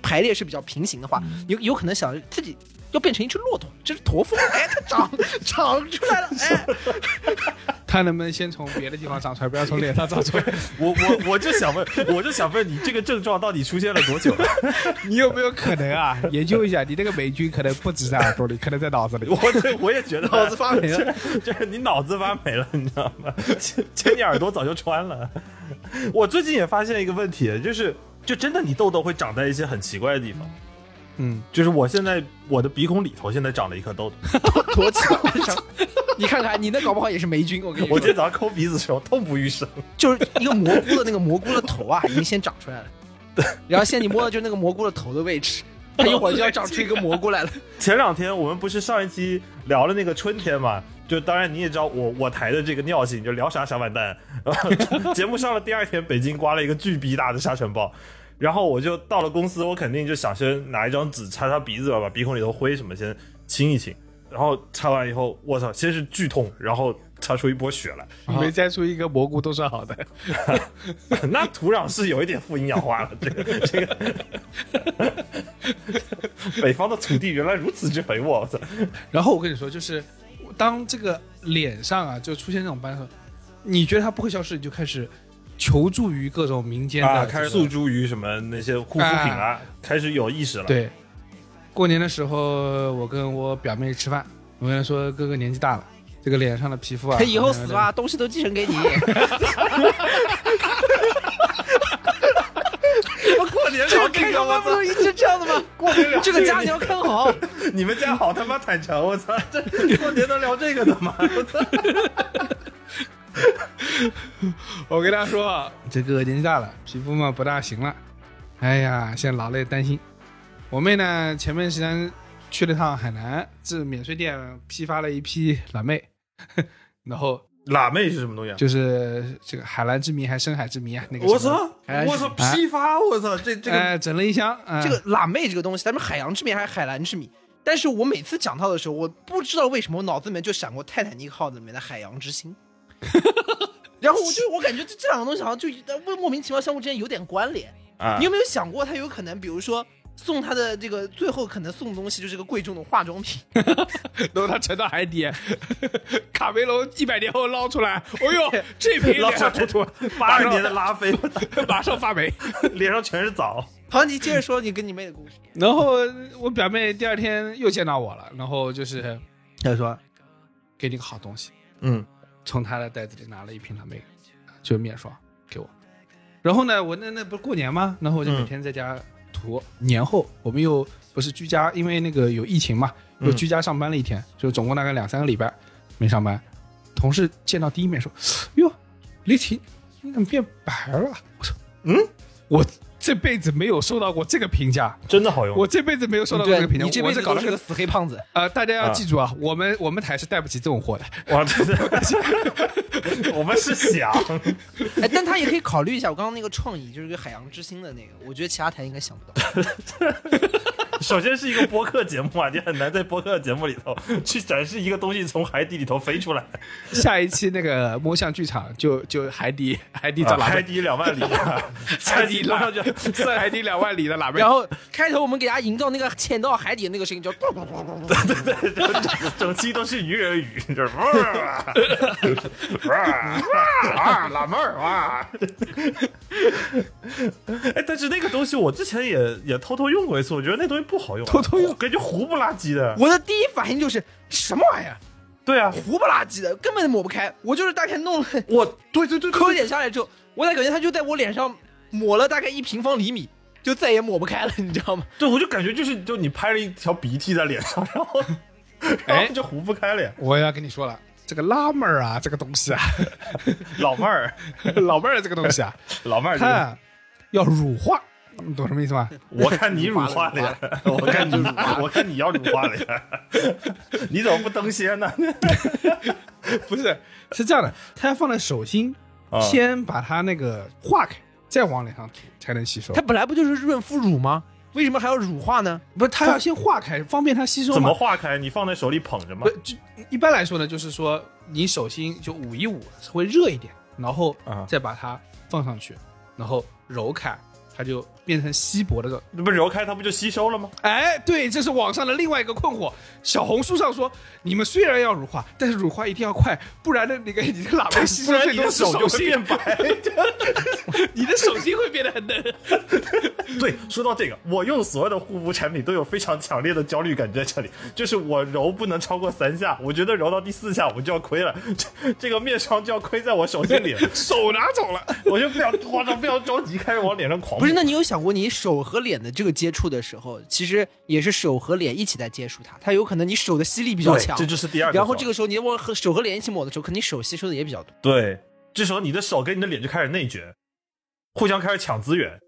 C: 排列是比较平行的话，
B: 嗯
C: 有有可能想自己要变成一只骆驼，这是驼峰，哎，它长 *laughs* 长出来了，哎，
B: 它能不能先从别的地方长出来，不
D: *laughs*
B: 要从脸上长出来？
D: 我我我就想问，我就想问你这个症状到底出现了多久？啊
F: 你有没有可能
D: *laughs*
F: 啊？研究一下，你那个霉菌可能不止在耳朵里，可能在脑子里。
D: *laughs* 我对我也觉得
C: *laughs* 脑子发霉了，
D: *laughs* 就是你脑子发霉了，你知道吗？其实你耳朵早就穿了。 *laughs* 我最近也发现一个问题，就是就真的你痘痘会长在一些很奇怪的地方。
B: 嗯，
D: 就是我现在我的鼻孔里头现在长了一
C: *laughs*
D: 颗痘痘，
C: 多奇怪！你看看，你那搞不好也是霉菌，我跟你
D: 我
C: 说
D: 今。天早上抠鼻子的时候痛不欲生。
C: 就是一个蘑菇的那个蘑菇的头啊，已经先长出来了。然后现在你摸的就是那个蘑菇的头的位 *laughs* 置，它一会儿就要长出一个蘑菇 *laughs* 来了。
D: 前两天我们不是上一期聊了那个春天嘛？就当然你也知道我我台的这个尿性，就聊啥啥完蛋。然后节目上了第二天，北京刮了一个巨逼大的沙尘暴，然后我就到了公司，我肯定就想先拿一张纸擦擦鼻子吧，把鼻孔里头灰什么先清一清。然后擦完以后，我操，先是剧痛，然后擦出一波血来。 *laughs*
F: 没摘出一个蘑菇都算好的，
D: 那土壤是有一点富营养化了，这个这个， *laughs* 北方的土地原来如此之肥沃，我操！
B: 然后我跟你说，就是当这个脸上啊就出现这种斑的时候，你觉得它不会消失，你就开始求助于各种民间的、
D: 啊，开始诉诸于什么那些护肤品啊，开始有意识了。，
B: 对，过年的时候我跟我表妹吃饭，我跟她说哥哥年纪大了，这个脸上的皮肤啊，
C: 以后哎死吧，东西都继承给你。
D: 过年
C: *laughs* 这
D: 聊
C: 个
D: 这
C: 开
D: 个，
C: 头
D: 我
C: 不
D: 操！
C: 是一直这样的吗？
D: 过年聊
C: 这个家你要看好。
D: 你们家好他妈坦诚，我操！这过年都聊这个的吗？我操！
B: 我跟她说啊，这个年纪大了，皮肤嘛不大行了，哎呀，现在老了也担心。我妹呢，前面时间去了趟海南，这免税店批发了一批蓝妹， *laughs* 然后
D: *laughs* 辣妹是什么东西啊？
B: 就是这个海蓝之谜还是深海之谜啊，那个
D: 我
B: 什么
D: 操！我操！
B: 哎
D: 批发！我操！这这个
B: 哎，整了一箱，哎
C: 这个辣妹这个东西，咱们海洋之谜还是海蓝之谜？但是我每次讲到的时候，我不知道为什么我脑子里面就闪过泰坦尼克号里面的海洋之心。 *laughs* 然后我就我感觉呃这这两个东西好像就莫莫名其妙相互之间有点关联。
D: 啊
C: 你有没有想过，它有可能，比如说送他的这个最后可能送的东西就是个贵重的化妆品， *laughs*
B: 然后它沉到海底，卡梅隆一百年后捞出来，哎呦，这
D: *laughs*
B: 瓶脸上涂涂，
D: 八
B: 马
D: 二
B: 上
D: 年的拉菲，
B: *laughs*
D: *laughs*
B: 马上发霉。
D: 脸上全是枣。
C: 好，你接着说你跟你妹的故事。
B: 然后我表妹第二天又见到我了，然后就是她说给你个好东西，
D: 嗯，
B: 从她的袋子里拿了一瓶蓝莓，就是面霜给我。然后呢，我那那不是过年吗？然后我就
D: 嗯
B: 每天在家涂。年后我们又不是居家，因为那个有疫情嘛，又
C: 嗯
B: 居家上班了一天，就总共大概两三个礼拜没上班。同事见到第一面说：“哟，李婷，你怎么变白了？”我说：“
D: 嗯，
B: 我这辈子没有受到过这个评价。”
D: 真的好用。
B: 我这辈子没有受到过这个评价，
C: 你这
B: 我
C: 辈子
B: 是搞
C: 都
B: 了
C: 是个
B: 个
C: 死黑胖子，
B: 呃，大家要记住啊，我们我们台是带不起这种货的。
D: 哇，真的，我们是想，
C: 哎，但他也可以考虑一下我刚刚那个创意，就是个海洋之心的那个，我觉得其他台应该想不到。
D: 首先是一个播客节目啊，你很难在播客节目里头去展示一个东西从海底里头飞出来。
B: 下一期那个摸象剧场就就海底海底找
D: 啊
B: 喇
D: 海
B: 叭，
D: 底两万里啊，
B: *laughs* 海
D: 海
B: 底
D: 底
B: 拉
D: 拉上去，
B: 算海底两万里的喇叭。
C: 然后开头我们给大家营造那个潜到海底的那个声音，叫
D: 对对对，整整期都是鱼人鱼，就是哇哇哇喇嘛儿哇。 *laughs* 哎，但是那个东西我之前也也偷偷用过一次，我觉得那东西不好用啊，
B: 偷偷用
D: 感觉糊不拉几的。
C: 我的第一反应就是什么玩意儿，
D: 对啊，
C: 糊不拉几的，根本抹不开。我就是大概弄 *laughs* 了
D: 我对对对
C: 抠一点下来之后，我才感觉他就在我脸上抹了大概一平方厘米，就再也抹不开了，你知道吗？
D: 对，我就感觉就是就你拍了一条鼻涕在脸上，
B: *laughs*
D: 然后
B: 哎
D: 然后就糊不开脸。
B: 我要跟你说了，这个拉妹儿啊，这个东西啊， *laughs*
D: 老妹儿， *laughs*
B: 老妹儿这个东西啊，
D: 老妹儿这个，
B: 它要乳化，你懂什么意思吗？
D: 我看你乳化脸，
B: *laughs*
D: 我看你， *laughs* 我看你要乳化脸， *laughs* 你怎么不登仙呢？ *laughs*
B: 不是，是这样的，它要放在手心，
D: 啊
B: 先把它那个化开，再往脸上涂才能吸收
C: 它。本来不就是润肤乳吗？为什么还要乳化呢？
B: 不是，它要先化开，方便它吸收
D: 怎
B: 嘛
D: 么。化开？你放在手里捧着吗
B: 不？，就一般来说呢，就是说你手心就捂一捂，会热一点，然后
D: 啊
B: 再把它放上去，然后揉开，它就变成稀薄的这种。
D: 那不揉开它不就吸收了吗？
B: 哎，对，这是网上的另外一个困惑。小红书上说，你们虽然要乳化，但是乳化一定要快，不然的那个你的喇叭吸收
D: 不然
B: 这
D: 你
B: 里
D: 的
B: 的
D: 手就会
B: 心，
D: 变白。
B: *laughs* 你的手心会变得很嫩。
D: *laughs* 对，说到这个，我用所有的护肤产品都有非常强烈的焦虑感在这里，就是我揉不能超过三下，我觉得揉到第四下我就要亏了， *laughs* 这这个面霜就要亏在我手心里了，
B: 手拿走了，
D: *laughs* 我就不想慌张，不想着急，开始往脸上狂
C: 不是，
D: 抹
C: 那你有想过，你手和脸的这个接触的时候，其实也是手和脸一起在接触它，它有可能你手的吸力比较
D: 对
C: 强，
D: 这就是第二个。
C: 然后这个时候你往和手和脸一起抹的时候，肯定手吸收的也比较多。
D: 对，这时候你的手跟你的脸就开始内卷，互相开始抢资源，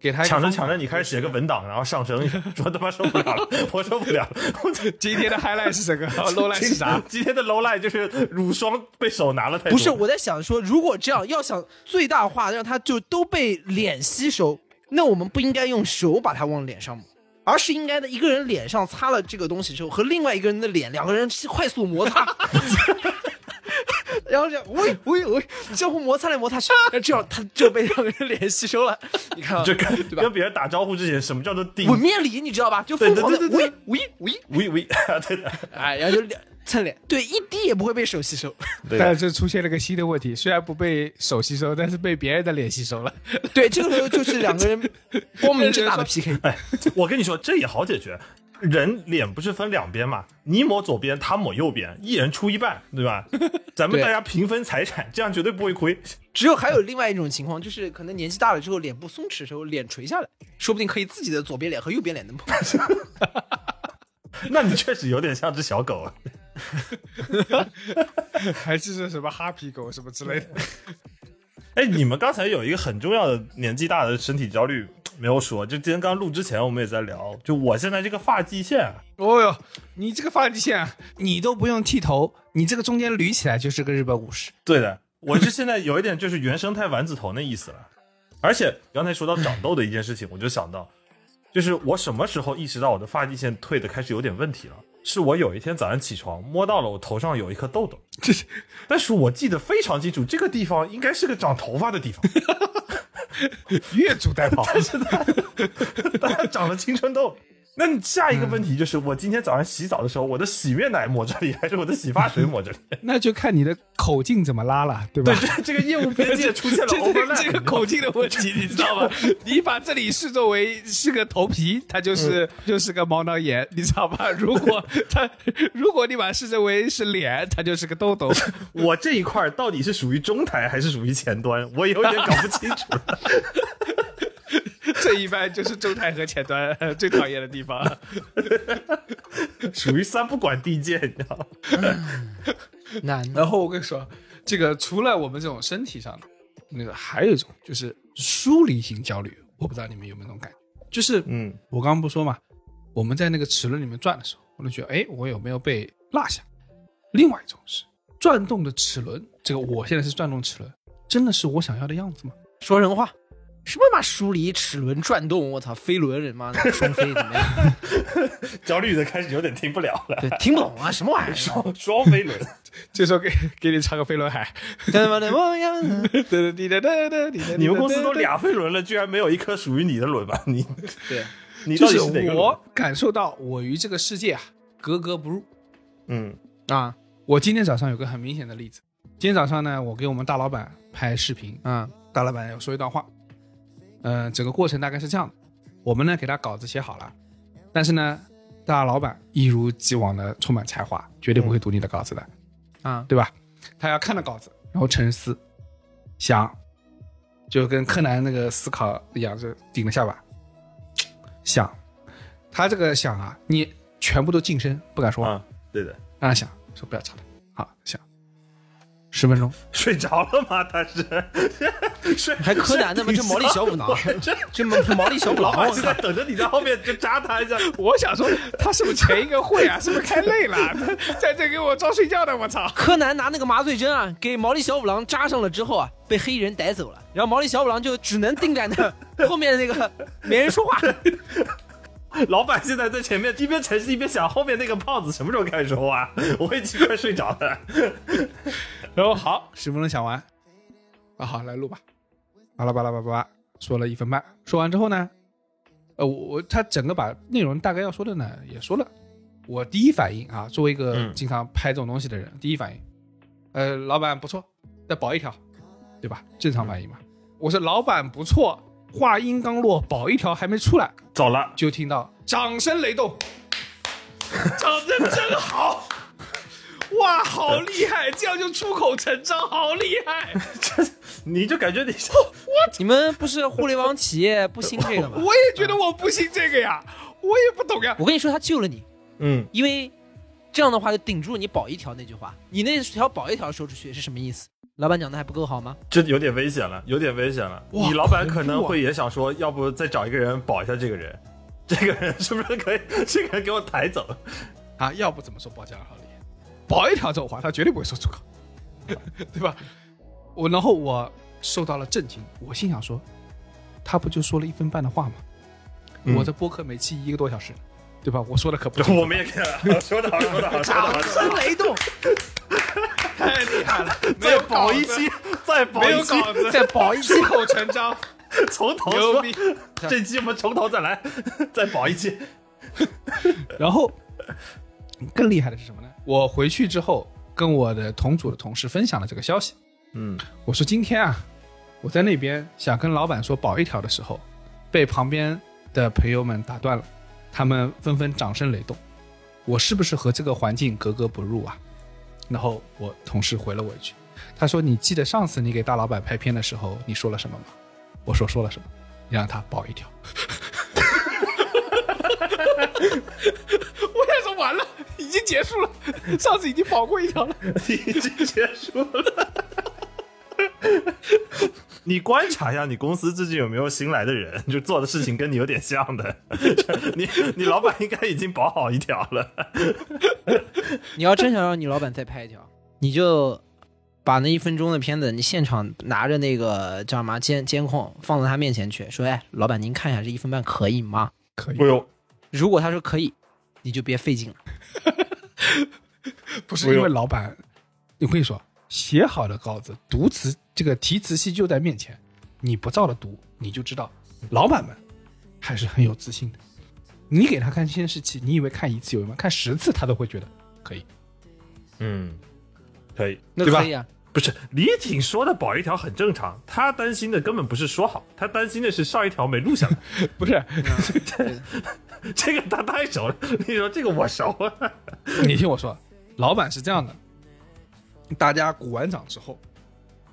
B: 给他
D: 抢着抢着，你开始写个文档，然后上升，说他妈受不了了，我受不了了。我这
B: 今天的 highlight 是
D: *laughs*
B: 这个，low light 是啥？
D: 今天的 low light 就是乳霜被手拿了太多。
C: 不是，我在想说，如果这样要想最大化让它就都被脸吸收，那我们不应该用手把它往脸上抹，而是应该在一个人脸上擦了这个东西之后，和另外一个人的脸，两个人快速摩擦。
D: *laughs*
C: 然后这样，喂喂喂，相互摩擦来摩擦去，这样它就被两个人脸吸收了。你看啊，
D: 就跟
C: 对吧
D: 跟别人打招呼之前，什么叫做顶？
C: 吻面礼，你知道吧？就疯狂的
D: 对对对
C: 喂
D: 对
C: 喂喂，
D: 喂喂， *laughs* 对的，
C: 哎，然后就脸蹭脸，对，一滴也不会被手吸
D: *laughs*
C: 收。
D: 对
B: 但
D: 的。
B: 是这出现了个新的问题，虽然不被手吸收，但是被别人的脸吸收了。
C: 对，这个时候就是两个人光明正大的 PK。
D: 哎，我跟你说，这也好解决。人脸不是分两边嘛？你抹左边，他抹右边，一人出一半，
C: *laughs*
D: 对吧？咱们
C: 对
D: 大家平分财产，这样绝对不会亏。 *laughs*
C: 只有还有另外一种情况，就是可能年纪大了之后，脸部松弛的时候，脸垂下来，说不定可以自己的左边脸和右边脸能碰。
D: 那你确实有点像只小狗啊。
B: 还是是什么哈皮狗什么之类的。
D: *laughs* 哎，你们刚才有一个很重要的年纪大的身体焦虑没有说，就今天刚录之前我们也在聊，就我现在这个发际线啊，
B: 哦哟，你这个发际线，啊，你都不用剃头，你这个中间捋起来就是个日本武士。
D: 对的， *laughs* 我是现在有一点就是原生态丸子头那意思了。而且刚才说到长痘的一件事情，我就想到，就是我什么时候意识到我的发际线退的开始有点问题了？是我有一天早上起床摸到了我头上有一颗痘痘，但是我记得非常清楚，这个地方应该是个长头发的地方。
B: 越俎代庖。
D: *laughs* 大家长了青春痘。那你下一个问题就是，我今天早上洗澡的时候，我的洗面奶抹这里，还是我的洗发水抹这里？
B: *laughs* 那就看你的口径怎么拉了，对吧？
D: 这这个业务边界出现了
B: 这这
D: overlap，
B: 这个口径的问 *laughs* 题，你知道吗？你把这里视作为是个头皮，它就是就是个毛囊炎，你知道吧？如 *laughs* 果它如果你把它视作为是脸，它就是个痘痘。 *laughs*
D: 我这一块儿到底是属于中台还是属于前端，我有点搞不清楚了。
B: 这一般就是中台和前端呃最讨厌的地方。
D: 属于三不管地界，你知道吗？
C: 难
B: 然后我跟你说，这个除了我们这种身体上的，那个还有一种就是疏离型焦虑，我不知道你们有没有那种感觉，就是
D: 嗯，
B: 我刚刚不说嘛，我们在那个齿轮里面转的时候，我就觉得，哎，我有没有被落下？另外一种是转动的齿轮，这个我现在是转动齿轮，真的是我想要的样子吗？
C: 说人话，什么嘛疏离齿轮转动，我操，飞轮人妈的双飞怎么样？
D: 焦虑的开始有点听不了了。
C: 对，听不懂啊，什么玩意儿？
D: 双飞轮，
B: 这时候给给你唱个飞轮海，
C: 怎么的模样呢？
B: 哒哒哒哒哒哒哒
D: 你们公司都俩飞轮了，居然没有一颗属于你的轮吧？你
C: 对，
D: 你
B: 就
D: 到底
B: 是
D: 哪个轮
B: 我？感受到我与这个世界啊格格不入。
D: 嗯
C: 啊，
B: 我今天早上有个很明显的例子，今天早上呢，我给我们大老板拍视频，
C: 嗯
B: 大老板有说一段话，嗯、整个过程大概是这样的：我们呢给他稿子写好了，但是呢，大老板一如既往的充满才华，绝对不会读你的稿子的，
C: 啊，
B: 对吧？他要看了稿子，然后沉思，想，就跟柯南那个思考一样，就顶了下巴，想，他这个想啊，你全部都噤声，不敢说话，
D: 啊，对的，
B: 让他想，说不要吵了，好想，十分钟，
D: 睡着了吗？他是 *laughs* 睡，
C: 还柯南呢
D: *laughs*
C: 吗？这毛利小五郎，这毛这毛利小五
D: 老
C: 郎，
D: 板
C: 我
D: 就
C: 操
D: 在，等着你在后面就扎他
B: *laughs*
D: 一下。
B: 我想说，他是不是前一个会啊？是不是开累了？ *laughs* 他在这给我装睡觉呢？我操！
C: 柯南拿那个麻醉针啊，给毛利小五郎扎上了之后啊，被黑衣人逮走了，然后毛利小五郎就只能定在那儿后面那个没人说话，
D: 老板现在在前面一边沉思一边想，后面那个胖子什么时候开始说话？ *laughs* 我已经快睡着了。
B: *laughs* 然后好，十分钟讲完，啊好，来录吧，巴拉巴拉巴拉巴拉，说了一分半，说完之后呢，呃，我我他整个把内容大概要说的呢也说了，我第一反应啊，作为一个
D: 嗯
B: 经常拍这种东西的人，第一反应，呃，老板不错，再保一条，对吧？正常反应嘛。我说老板不错，话音刚落，保一条还没出来，
D: 走了，
B: 就听到掌声雷动，长得真好，哇，好厉害，这样就出口成章，好厉害！
D: 你就感觉你是
B: 哦
C: 你们不是互联网企业不兴这个吗？
B: 我也觉得我不信这个呀，我也不懂呀。
C: *laughs* 我跟你说，他救了你，
D: 嗯，
C: 因为这样的话就顶住你保一条那句话，你那条保一条说出去是什么意思？老板讲的还不够
B: *laughs*
C: 好吗？
D: 这有点危险了，有点危险了。
B: 哇
D: 你老板可
B: 恐怖啊
D: 能会也想说，要不再找一个人保一下这个人， *laughs* 这个人是不是可以？这个人给我抬走。
B: 啊，要不怎么说保加尔好厉害？保一条这种话，他绝对不会说出口， *laughs* 对吧？我然后我受到了震惊，我心想说，他不就说了一分半的话吗？我这播客每期一个多小时，对吧？ *laughs* 我说的可不是
D: 我们也可以说的好，说的好，说的好，
C: 声雷动，
B: *laughs* 太厉害了，没
D: 再
B: 有稿
D: 保
B: 子
D: 一期，再保
B: 没
D: 一
B: 有
D: 期，
B: 稿子，
C: 再保一期
B: 出口成 *laughs* 章，
D: *laughs* 从头
B: 牛
D: 说
B: 逼。
D: 这期我们从头再来， *laughs* 再保一期。
B: 然后更厉害的是什么呢？我回去之后跟我的同组的同事分享了这个消息，
D: 嗯，
B: 我说今天啊，我在那边想跟老板说保一条的时候，被旁边的朋友们打断了，他们纷纷掌声雷动。我是不是和这个环境格格不入啊？然后我同事回了我一句，他说：“你记得上次你给大老板拍片的时候，你说了什么吗？”我说：“说了什么？你让他保一条。”我想说完了，已经结 *laughs* 束了，上次已经保过一条 *laughs* 了。
D: 已经结束了。你观察一下，你公司最近有没有新来的人，就做的事情跟你有点像的。 *laughs* 你你老板应该已经保好一条了。
C: 你要真想让你老板再拍一条，你就把那一分钟的片子，你现场拿着那个叫什么监监控放到他面前去，说：“哎，老板，您看一下这一分半可以吗
B: 可以，
D: 呦，？”
C: 如果他说可以，你就别费劲了。
B: 不是因为老板，我跟你说，写好的稿子，读词这个题词器就在面前，你不造的毒，你就知道，老板们还是很有自信的。你给他看监视器，你以为看一次有用吗？看十次他都会觉得可以。
D: 嗯，可以。
C: 那
B: 对吧
C: 可以啊，
D: 不是李挺说的保一条很正常，他担心的根本不是说好，他担心的是上一条没录下 *laughs* 来。
B: 不是，
D: 这个他太熟了，你说这个我熟啊。
B: *clears throat* 你听我说，老板是这样的，大家鼓完掌之后，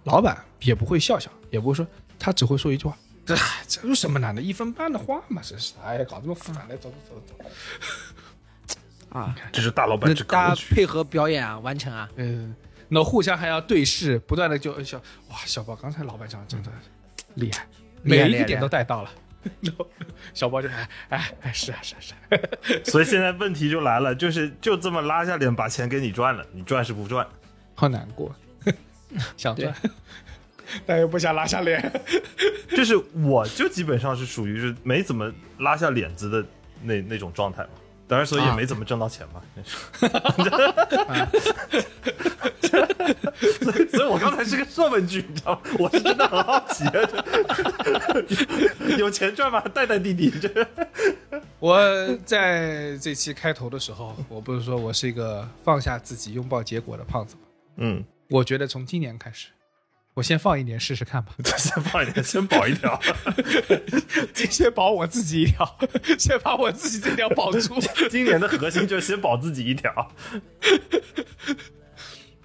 B: 老板也不会笑笑，也不会说，他只会说一句话：“这这有什么难的？一分半的话嘛，真是的，哎呀，搞这么复杂，来走走走走。
C: 啊，
D: *laughs* 这是大老板
C: 那
D: 之
C: 大家
D: 格局。
C: 配合表演啊，完成啊，”
B: 嗯，那互相还要对视，不断的就笑，哇，小宝刚才老板讲得真的厉害，
C: 厉害
B: 嗯每
C: 厉
B: 一
C: 害
B: 点都带到了。然后 *laughs* 小宝就哎哎哎是啊是啊是啊，
D: *laughs* 所以现在问题就来了，就是就这么拉下脸把钱给你赚了，你赚是不赚？
B: 好难 *laughs* 过，想赚，但又不想拉下脸。
D: 就是我就基本上是属于是没怎么拉下脸子的那那种状态嘛。当然，所以也没怎么挣到钱嘛。啊所以，所以我刚才是个设问句，你知道吗？我是真的很好奇，这有钱赚吗？带带弟弟，这
B: 我在这期开头的时候，我不是说我是一个放下自己、拥抱结果的胖子吗？
D: 嗯，
B: 我觉得从今年开始，我先放一年试试看吧，
D: 先放一点，先保一条。
B: *laughs* 先保我自己一条， *laughs* 先把我自己这条保住。
D: 今年的核心就是先保自己一条。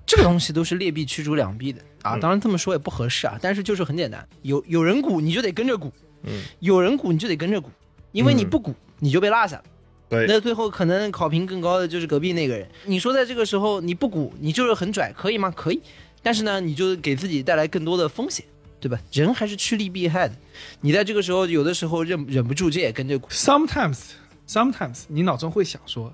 C: 这个东西都是劣币驱逐良币的啊。
D: 嗯
C: 当然这么说也不合适啊，但是就是很简单，有有人鼓你就得跟着鼓，
D: 嗯，
C: 有人鼓你就得跟着鼓，因为你不鼓你就被落下了。
D: 对
C: 那最后可能考评更高的就是隔壁那个人。你说在这个时候你不鼓，你就是很拽，可以吗？可以，但是呢，你就给自己带来更多的风险，对吧？人还是趋利避害的。你在这个时候有的时候忍忍不住，这也跟着
B: *laughs*
C: 鼓。
B: Sometimes, sometimes，你脑中会想说，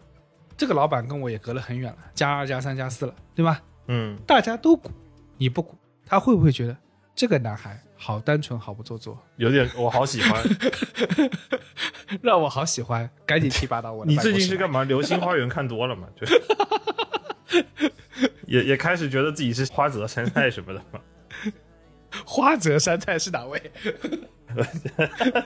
B: 这个老板跟我也隔了很远了，加二加三加四了，对吧？
D: 嗯，
B: 大家都鼓，你不鼓，他会不会觉得这个男孩好单纯，好不做作，
D: 有点，我好喜 *laughs* 欢。
B: *laughs* 让我好喜欢，赶紧提拔到我的
D: 你
B: 办公室
D: 最
B: 来。
D: 近是干嘛？《流星花园》看多了嘛？就是 *laughs* 也也开始觉得自己是花泽杉菜什么的 *laughs* 嘛，
B: 花泽杉菜是哪位？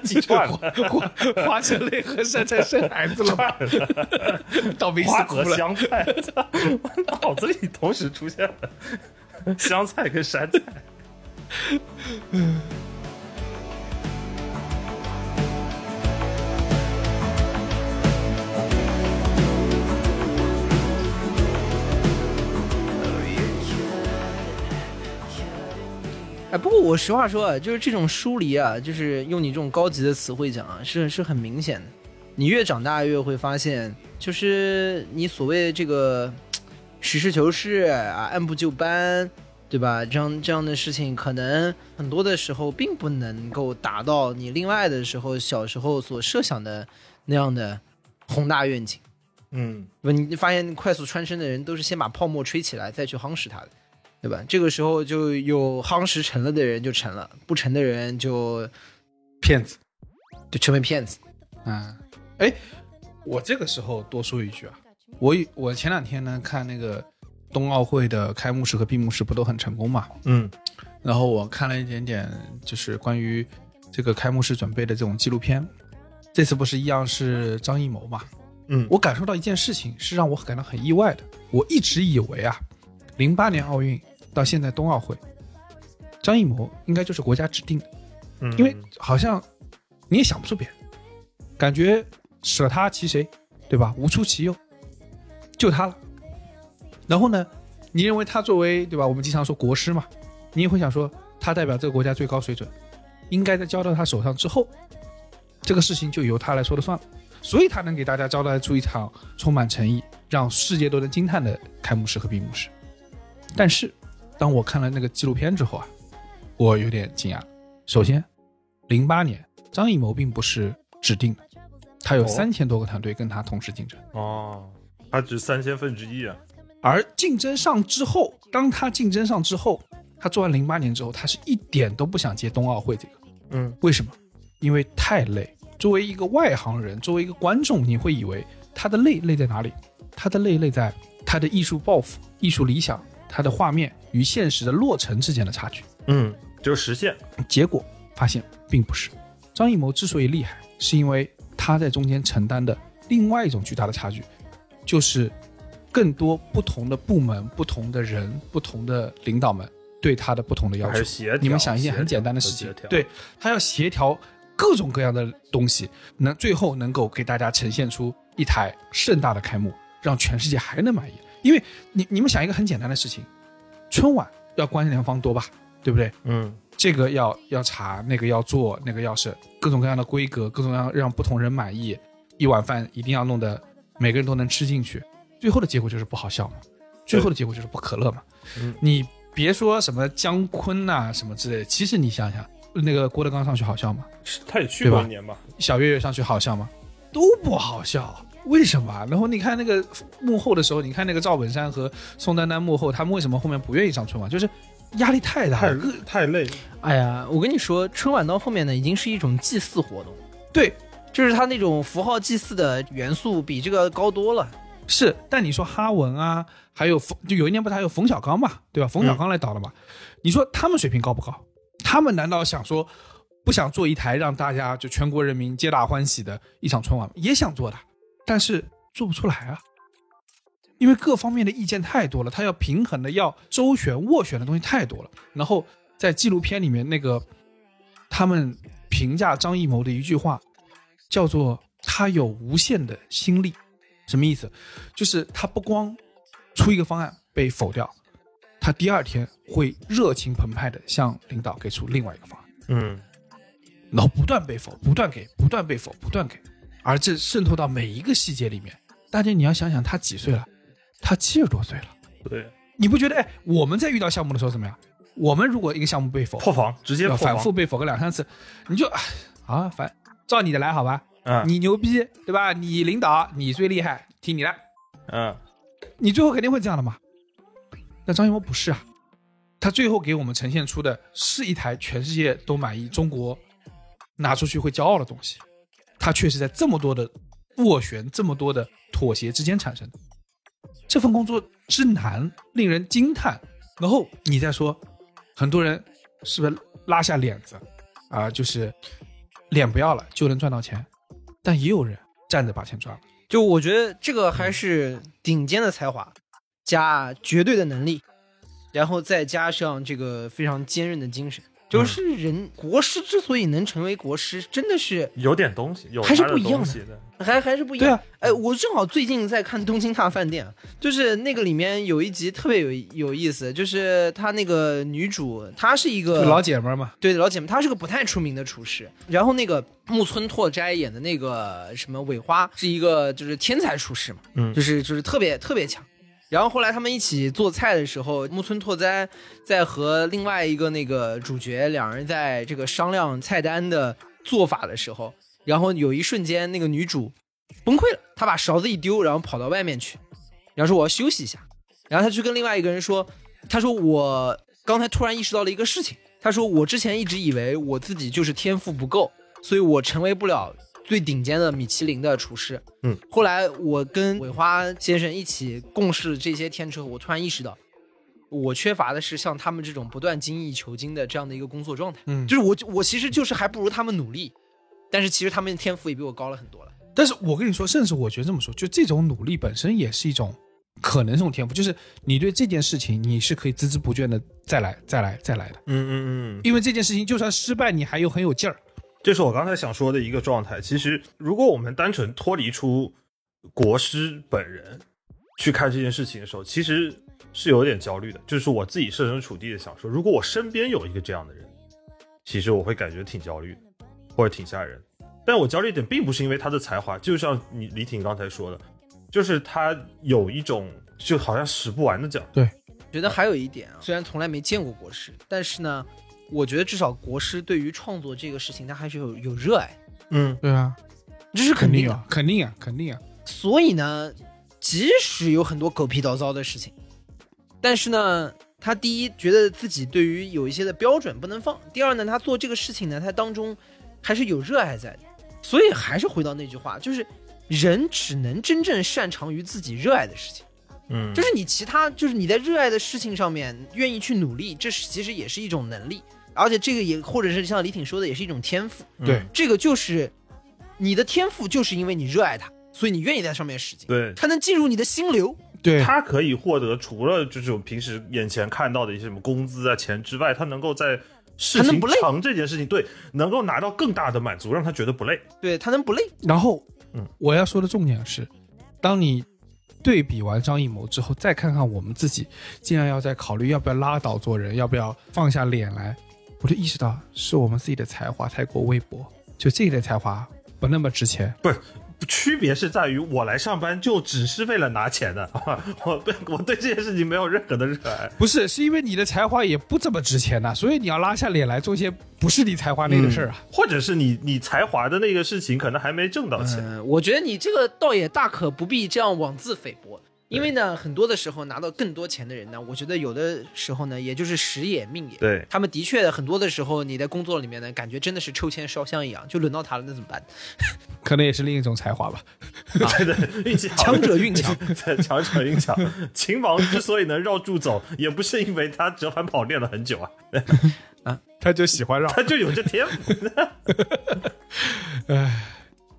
D: 记串了， *laughs*
B: 花花泽类和杉菜生孩子了吗？倒霉
D: 花
B: 死哭
D: 泽
B: 了。
D: 香菜，操我脑子里同时出现了香菜跟山菜。
C: 哎，不过我实话说啊，就是这种疏离啊，就是用你这种高级的词汇讲啊，是是很明显的。你越长大越会发现，就是你所谓这个实事求是啊，按部就班，对吧？这样这样的事情，可能很多的时候并不能够达到你另外的时候小时候所设想的那样的宏大愿景。
D: 嗯，
C: 不，你发现快速穿身的人都是先把泡沫吹起来，再去夯实它的，对吧？这个时候就有夯实成了的人就成了，不成的人就
B: 骗子
C: 就成为骗子。
B: 啊！哎，我这个时候多说一句啊，我以我前两天呢看那个冬奥会的开幕式和闭幕式不都很成功嘛？
D: 嗯，
B: 然后我看了一点点就是关于这个开幕式准备的这种纪录片。这次不是一样是张艺谋嘛？
D: 嗯
B: 我感受到一件事情是让我感到很意外的。我一直以为啊，零八年奥运到现在冬奥会，张艺谋应该就是国家指定的，
D: 嗯
B: 因为好像你也想不出别人，感觉舍他其谁，对吧？无出其右，就他了。然后呢，你认为他作为对吧？我们经常说国师嘛，你也会想说他代表这个国家最高水准，应该在交到他手上之后，这个事情就由他来说了算了。所以他能给大家招待出一场充满诚意、让世界都能惊叹的开幕式和闭幕式。但是，当我看了那个纪录片之后啊，我有点惊讶。首先，零八年张艺谋并不是指定的，他有
D: 哦
B: 三千多个团队跟他同时竞争。
D: 哦，他值三千分之一啊。
B: 而竞争上之后，当他竞争上之后，他做完零八年之后，他是一点都不想接冬奥会这个。
D: 嗯，
B: 为什么？因为太累。作为一个外行人，作为一个观众，你会以为他的累累在哪里？他的累累在他的艺术抱负、艺术理想、他的画面与现实的落成之间的差距。
D: 嗯，就是实现。
B: 结果发现并不是。张艺谋之所以厉害，是因为他在中间承担的另外一种巨大的差距，就是更多不同的部门、不同的人、不同的领导们对他的不同的要
D: 还
B: 求
D: 是。协调？
B: 你们想一件
D: 协调
B: 很简单的
D: 和
B: 事情
D: 协，调
B: 对，他要协调各种各样的东西，能最后能够给大家呈现出一台盛大的开幕，让全世界还能满意。因为你你们想一个很简单的事情，春晚要关联方多吧，对不对？
D: 嗯，
B: 这个要要查，那个要做，那个要是各种各样的规格，各种各样让不同人满意，一碗饭一定要弄得每个人都能吃进去，最后的结果就是不好笑嘛，最后的结果就是不可乐嘛。你别说什么姜昆呐、什么之类的，其实你想想，那个郭德纲上去好笑吗？
D: 他也去
B: 对
D: 过
B: 吧
D: 一年吧？
B: 小岳岳上去好笑吗？都不好笑，为什么啊？然后你看那个幕后的时候，你看那个赵本山和宋丹丹幕后，他们为什么后面不愿意上春晚？就是压力太大
D: 太
B: 了，各
D: 太累了，
C: 哎呀，我跟你说，春晚到后面呢，已经是一种祭祀活动，
B: 对
C: 就是它那种符号祭祀的元素比这个高多了。
B: 是，但你说哈文啊，还有冯，就有一年不是还有冯小刚嘛，对吧？冯小刚来导了嘛，你说他们水平高不高？他们难道想说不想做一台让大家就全国人民皆大欢喜的一场春晚吗？也想做的，但是做不出来啊，因为各方面的意见太多了，他要平衡的、要周旋、斡旋的东西太多了。然后在纪录片里面，那个他们评价张艺谋的一句话叫做“他有无限的心力”，什么意思？就是他不光出一个方案被否掉，他第二天会热情澎湃的向领导给出另外一个方案，
D: 嗯，
B: 然后不断被否，不断给，不断被否，不断给，而这渗透到每一个细节里面。大家你要想想，他几岁了？他七十多岁了，
D: 对，
B: 你不觉得？哎，我们在遇到项目的时候怎么样？我们如果一个项目被否，
D: 破防，直接
B: 要
D: 破
B: 反
D: 防，
B: 复被否个两三次，你就哎啊反照你的来好吧，
D: 嗯
B: 你牛逼对吧？你领导你最厉害，听你的。
D: 嗯，
B: 你最后肯定会这样的嘛。但张艺谋不是啊，他最后给我们呈现出的是一台全世界都满意、中国拿出去会骄傲的东西。他确实在这么多的斡旋、这么多的妥协之间产生的。这份工作之难，令人惊叹。然后你再说，很多人是不是拉下脸子啊、就是脸不要了就能赚到钱？但也有人站着把钱赚了。
C: 就我觉得这个还是顶尖的才华，加绝对的能力，然后再加上这个非常坚韧的精神，就是人国师之所以能成为国师，真的是
D: 有点东西，有
C: 还是
D: 他的
C: 不一样
D: 东
C: 的
D: 西的，
C: 还还是不一
B: 对
C: 样
B: 啊。
C: 哎，我正好最近在看《东京大饭店》，就是那个里面有一集特别有有意思，就是她那个女主，她是一个
B: 就老姐们儿嘛，
C: 对，啊老姐们，她是个不太出名的厨师。然后那个木村拓哉演的那个什么尾花，是一个就是天才厨师嘛，
D: 嗯
C: 就是就是特别特别强。然后后来他们一起做菜的时候，木村拓哉在和另外一个那个主角两人在这个商量菜单的做法的时候，然后有一瞬间那个女主崩溃了，她把勺子一丢，然后跑到外面去，然后说我要休息一下。然后她去跟另外一个人说，她说我刚才突然意识到了一个事情，她说我之前一直以为我自己就是天赋不够，所以我成为不了最顶尖的米其林的厨师。
D: 嗯，
C: 后来我跟伟花先生一起共事这些天之后，我突然意识到。我缺乏的是像他们这种不断精益求精的这样的一个工作状态，
B: 嗯
C: 就是我我其实就是还不如他们努力，但是其实他们天赋也比我高了很多了。
B: 但是我跟你说，甚至我觉得这么说，就这种努力本身也是一种可能是一种天赋，就是你对这件事情你是可以孜孜不倦的再来、再来、再来的，
D: 嗯嗯嗯，
B: 因为这件事情就算失败，你还有很有劲儿。
D: 这是我刚才想说的一个状态。其实，如果我们单纯脱离出国师本人去看这件事情的时候，其实是有点焦虑的。就是我自己设身处地的想说，如果我身边有一个这样的人，其实我会感觉挺焦虑的，或者挺吓人。但我焦虑点并不是因为他的才华，就像你李挺刚才说的，就是他有一种就好像使不完的劲儿。
C: 觉得还有一点啊，虽然从来没见过国师，但是呢，我觉得至少国师对于创作这个事情，他还是有有热爱，
D: 嗯，
B: 对啊，
C: 这是肯
B: 肯定
C: 定的。
B: 有，肯定啊，肯定啊。
C: 所以呢，即使有很多狗屁倒灶的事情，但是呢，他第一觉得自己对于有一些的标准不能放，第二呢，他做这个事情呢，他当中还是有热爱在的。所以还是回到那句话，就是人只能真正擅长于自己热爱的事情。
D: 嗯
C: 就是你其他，就是你在热爱的事情上面愿意去努力，这是其实也是一种能力，而且这个也或者是像李挺说的，也是一种天赋。
D: 嗯
B: 对
C: 这个就是你的天赋，就是因为你热爱它，所以你愿意在上面使劲，
D: 对，
C: 它能进入你的心流。
B: 对
D: 他可以获得除了就是我们平时眼前看到的一些什么工资啊钱之外，他能够在事
C: 还
D: 情
C: 能不累
D: 长这件事情，对，能够拿到更大的满足，让他觉得不累。
C: 对，它能不累。
B: 然后，
D: 嗯
B: 我要说的重点是，当你对比完张艺谋之后，再看看我们自己，尽量要再考虑要不要拉倒做人，要不要放下脸来。我就意识到，是我们自己的才华太过微薄，就自己的才华不那么值钱。
D: 区别是在于我来上班就只是为了拿钱的， *laughs* 我我对这件事情没有任何的热爱。
B: 不是，是因为你的才华也不怎么值钱呐、所以你要拉下脸来做一些不是你才华内的事儿啊。
D: 或者是你你才华的那个事情，可能还没挣到钱。
C: 嗯，我觉得你这个倒也大可不必这样妄自菲薄，因为呢，很多的时候拿到更多钱的人呢，我觉得有的时候呢，也就是时也命也。
D: 对
C: 他们的确很多的时候，你在工作里面呢，感觉真的是抽签烧香一样，就轮到他了，那怎么办？
B: 嗯可能也是另一种才华吧。
D: *laughs* 对对，运气好，
C: 强者运强，
D: *laughs* 对，强者运强。 *laughs* 秦王之所以能绕柱走，也不是因为他折返跑练了很久啊，
B: *laughs* 他就喜欢让
D: 他就有这天赋。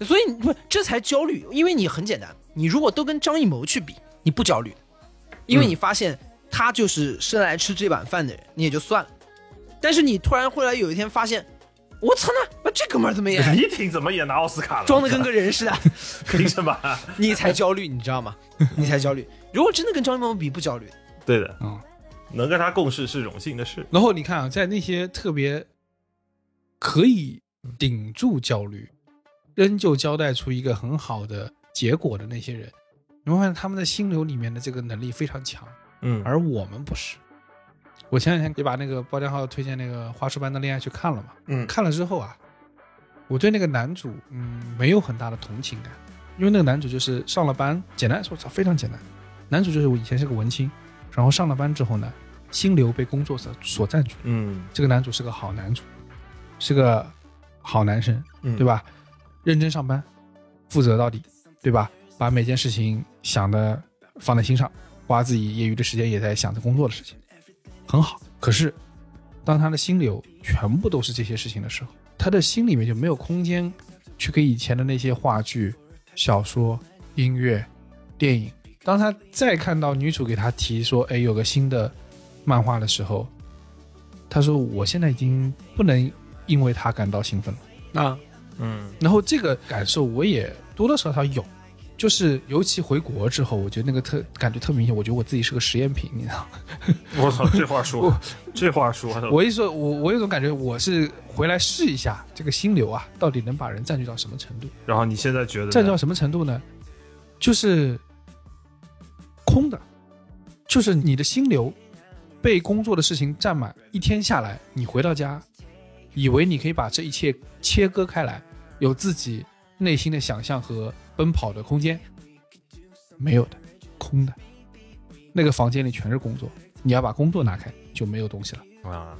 C: 所以你不，这才焦虑，因为你很简单，你如果都跟张艺谋去比，你不焦虑，因为你发现他就是生来吃这碗饭的人，你也就算了。但是你突然会来有一天发现，我操呢，这哥们儿怎么
D: *laughs*
C: 也
D: 李挺怎么也拿奥斯卡了？
C: 装的跟个人似的？
D: 凭什么？
C: 你才焦虑，你知道吗？你才焦虑。如果真的跟张艺谋比，不焦虑。
D: 对的，
B: 嗯
D: 能跟他共事是荣幸的事。
B: 然后你看啊，在那些特别可以顶住焦虑，仍旧交代出一个很好的结果的那些人，你会发现他们的心流里面的这个能力非常强，
D: 嗯
B: 而我们不是。我前两天也把那个包浆浩推荐那个《花束般的恋爱》去看了嘛，
D: 嗯
B: 看了之后啊，我对那个男主嗯没有很大的同情感，因为那个男主就是上了班，简单说操非常简单，男主就是我以前是个文青，然后上了班之后呢，心流被工作所所占据。
D: 嗯
B: 这个男主是个好男主，是个好男生，
D: 嗯
B: 对吧？认真上班，负责到底，对吧？把每件事情想的放在心上，花自己业余的时间也在想着工作的事情，很好。可是，当他的心流全部都是这些事情的时候，他的心里面就没有空间去给以前的那些话剧、小说、音乐、电影。当他再看到女主给他提说：“哎，有个新的漫画的时候，他说：“我现在已经不能因为他感到兴奋了。
G: 啊，
D: 嗯”
B: 然后这个感受我也多多少少有，就是尤其回国之后，我觉得那个特感觉特明显。我觉得我自己是个实验品，你知道吗？
D: 我操，这话说，这话说的，
B: 我一说，我我有种感觉，我是回来试一下这个心流啊，到底能把人占据到什么程度？
D: 然后你现在觉得呢
B: 占据到什么程度呢？就是空的，就是你的心流被工作的事情占满，一天下来，你回到家，以为你可以把这一切切割开来，有自己内心的想象和奔跑的空间，没有的，空的。那个房间里全是工作，你要把工作拿开就没有东西了。
D: 啊？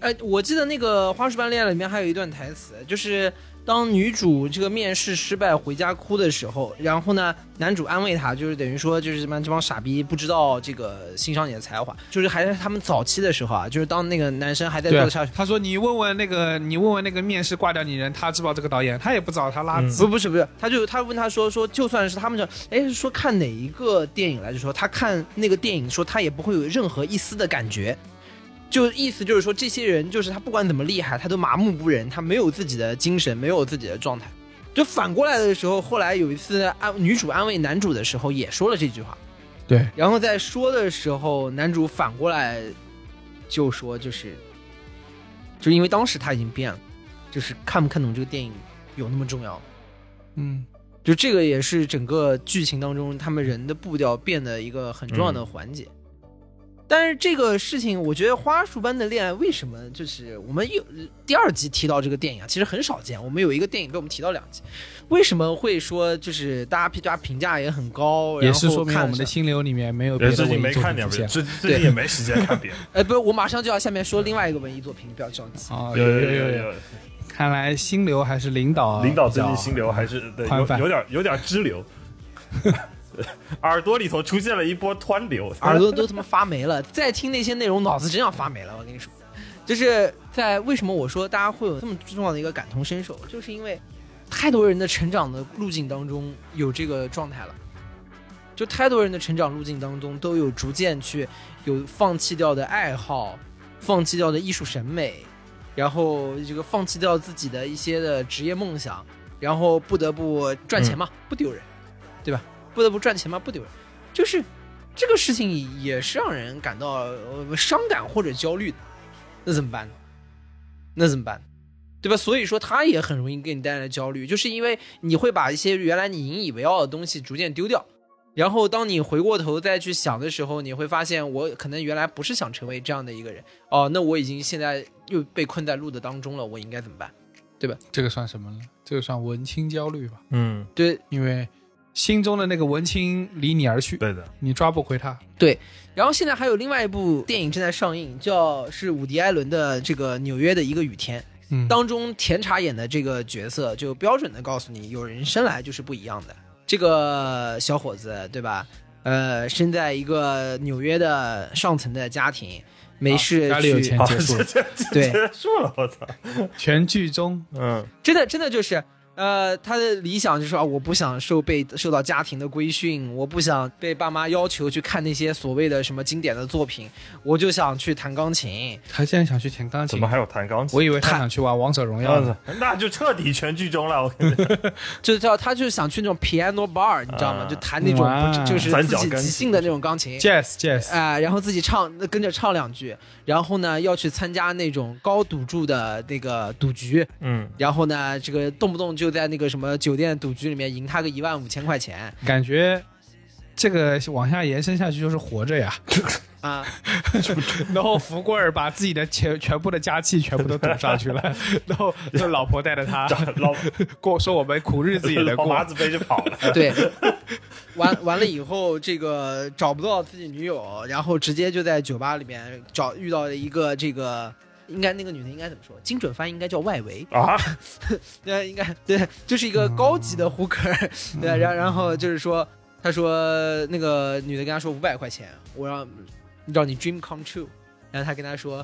C: 哎，我记得那个《花束般恋爱》里面还有一段台词，就是当女主这个面试失败回家哭的时候，然后呢，男主安慰她，就是等于说就是什么这帮傻逼不知道这个欣赏你的才华，就是还在他们早期的时候啊，就是当那个男生还在
B: 对
C: 做
B: 啊
C: 的差，
B: 他说：“你问问那个，你问问那个面试挂掉你人，他知不知道这个导演？他也不知道，他拉
D: 嗯
B: 资。
C: 不不是不是，他就他问他说说，就算是他们这，哎，说看哪一个电影来着？说他看那个电影，说他也不会有任何一丝的感觉，就意思就是说，这些人就是他不管怎么厉害，他都麻木不仁，他没有自己的精神，没有自己的状态。就反过来的时候，后来有一次安女主安慰男主的时候，也说了这句话。
B: 对，
C: 然后在说的时候，男主反过来就说，就是，就因为当时他已经变了，就是看不看懂这个电影有那么重要吗？
B: 嗯，
C: 就这个也是整个剧情当中他们人的步调变得一个很重
B: 嗯
C: 要的环节。但是这个事情，我觉得《花束般的恋爱》为什么就是我们有第二集提到这个电影啊，其实很少见。我们有一个电影被我们提到两集，为什么会说就是大家大家评价也很高，
B: 也
C: 然后
B: 是说明
C: 看
B: 我们的
C: 上
B: 心流里面没有别
D: 人
B: 的
D: 最
B: 文艺
D: 近没
B: 作
D: 看
B: 品
D: 点
B: 出
D: 别的，
B: 现
D: 最最近也没时间看别的。
C: 哎，不是，我马上就要下面说另外一个文艺作品，你不要着急。
B: 啊，
D: 有
B: 有有
D: 有
B: 有有，，看来心流还是领导
D: 领导
B: 比
D: 最
B: 较
D: 近心流还是对
B: 宽
D: 有
B: 泛
D: 有点有点支流，耳朵里头出现了一波湍流，
C: 耳朵都他妈发霉了，再听那些内容，脑子真要发霉了。我跟你说，就是在为什么我说大家会有这么重要的一个感同身受，就是因为太多人的成长的路径当中有这个状态了，就太多人的成长路径当中都有逐渐去有放弃掉的爱好，放弃掉的艺术审美，然后这个放弃掉自己的一些的职业梦想，然后不得不赚钱嘛，不丢人，对吧？不得不赚钱嘛，不丢人，就是这个事情也是让人感到呃伤感或者焦虑的。那怎么办呢？那怎么办？对吧？所以说，它也很容易给你带来焦虑，就是因为你会把一些原来你引以为傲的东西逐渐丢掉，然后当你回过头再去想的时候，你会发现，我可能原来不是想成为这样的一个人，哦，那我已经现在又被困在路的当中了，我应该怎么办？
B: 这个算什么呢？这个算文青焦虑吧，
D: 嗯，
C: 对，
B: 因为心中的那个文青离你而去，
D: 对的，
B: 你抓不回他。
C: 然后现在还有另外一部电影正在上映，叫是伍迪·艾伦的这个《纽约的一个雨天》。
B: 嗯，
C: 当中甜茶演的这个角色，就标准的告诉你，有人生来就是不一样的。这个小伙子，对吧？呃，生在一个纽约的上层的家庭，没事去、
B: 家里有钱
D: 好，
B: 结束
D: 啊这
B: 了。
D: 这这
C: 对
D: 结束了，我操，
B: 全剧终，
D: 嗯，
C: 真的真的就是，呃，他的理想就是啊，我不想受被受到家庭的规训，我不想被爸妈要求去看那些所谓的什么经典的作品，我就想去弹钢琴。
B: 他现在想去弹钢
D: 怎
B: 琴
D: 么，还有弹钢琴？
B: 我以为他想去玩王者荣耀呢。
D: 那就彻底全剧终了，我跟你讲，
C: 就是叫他就想去那种 piano bar，你知道吗？
D: 啊
C: 就弹那种不是
B: 哇
C: 就是
D: 三
C: 自
D: 角
C: 己
D: 钢
C: 即
D: 琴
C: 兴的那种钢琴。
B: Jazz Jazz，
C: 啊、然后自己唱，那跟着唱两句，然后呢要去参加那种高赌注的那个赌局，
D: 嗯，
C: 然后呢这个动不动就在那个什么酒店赌局里面赢他个一万五千块钱
B: 感觉这个往下延伸下去就是活着呀。
C: 啊，
B: 然后福贵儿把自己的全全部的家气全部都赌上去了， *laughs* 然后就老婆带着他
D: *laughs* 老
B: 过说我们苦日子也能
D: 老
B: 过。
D: 麻子背着跑了，
C: 对，完完了以后这个找不到自己女友，然后直接就在酒吧里面找遇到了一个这个。应该那个女的应该怎么说？精准翻译应该叫外围，
D: 啊，
C: 对，应该对，就是一个高级的胡歌，对，然然后就是说，他说那个女的跟他说五百块钱，我让让你 dream come true，然后他跟他说，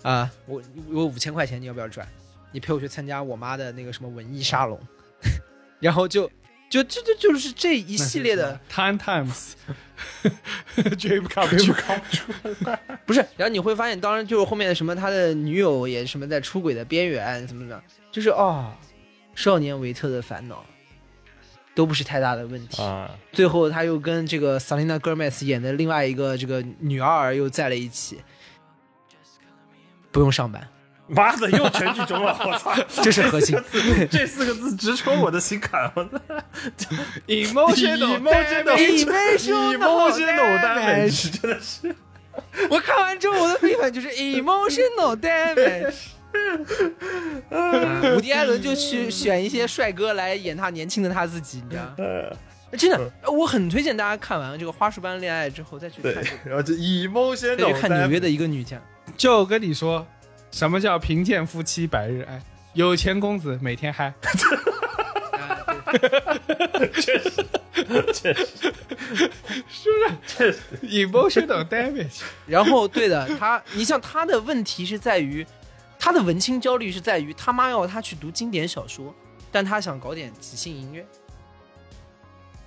C: 啊、我我五千块钱你要不要转？你陪我去参加我妈的那个什么文艺沙龙， *laughs* 然后就就就就就是这一系列的，
B: Ten times dream come
D: *laughs*
B: true，
C: 不是，然后你会发现，当然就是后面什么他的女友也什么在出轨的边缘，怎么怎么样，就是哦，少年维特的烦恼都不是太大的问题。
D: 啊，
C: 最后他又跟这个 Selena Gomez 演的另外一个这个女二又在了一起，不用上 *laughs* 班，
D: 妈的，又全剧 *laughs* 终了，我操，
C: 这是核心。
D: 这四个字直戳我的心坎，我操 *laughs*
B: emotional
D: damage
C: 没
D: ，emotional damage，真的是，
C: *laughs* 我看完之后我的非凡 *laughs* 就是 emotional damage。伍迪·啊艾伦就去选一些帅哥来演他年轻的他自己，你知 *laughs* 道吗？真的，我很推荐大家看完这个《花束般恋爱》之后再去看
D: 对
C: 这个，，
D: 然后就
C: 再
D: emotional
C: 去
D: damage，
C: 看纽约哎的一个女将。
B: 就跟你说，什么叫贫贱夫妻百日哀，有钱公子每天
D: *laughs*
B: 嗨。
C: 啊对
D: 确实
B: emotional damage，
C: 然后，对的，他，你像他的问题是在于，他的文青焦虑是在于他妈要他去读经典小说，但他想搞点即兴音乐，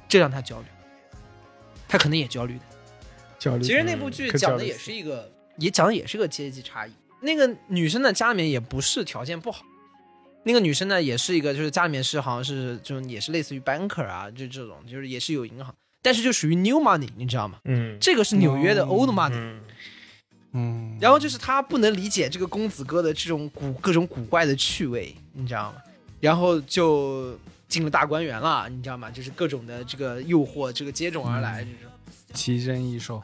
C: 这让他焦虑。他可能也焦虑的。
B: 焦虑。
C: 其实那部剧讲的也是一个，也讲的也是个阶级差异。那个女生呢，家里面也不是条件不好，那个女生呢，也是一个，就是家里面是好像是就是也是类似于 banker 啊，就这种，就是也是有银行，但是就属于 new money，你知道吗？
D: 嗯
C: 这个是纽约的
B: 哦
C: old money。
D: 嗯，
B: 嗯，
C: 然后就是他不能理解这个公子哥的这种古各种古怪的趣味，你知道吗？然后就进了大观园了，你知道吗？就是各种的这个诱惑，这个接踵而来，这种。
B: 奇珍异兽，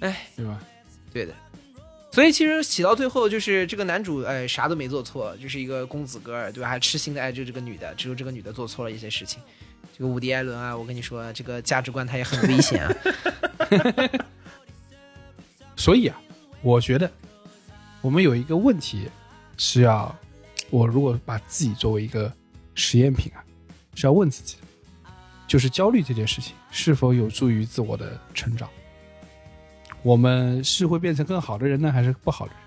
C: 哎，
B: 对吧？
C: 对的。所以其实起到最后，就是这个男主哎啥都没做错，就是一个公子哥，对吧？还痴心的爱着这个女的，只有这个女的做错了一些事情。这个伍迪·艾伦啊，我跟你说，这个价值观他也很危险啊。
B: 所以啊，我觉得我们有一个问题是要，我如果把自己作为一个实验品啊，是要问自己的，就是焦虑这件事情是否有助于自我的成长？我们是会变成更好的人呢，还是不好的人？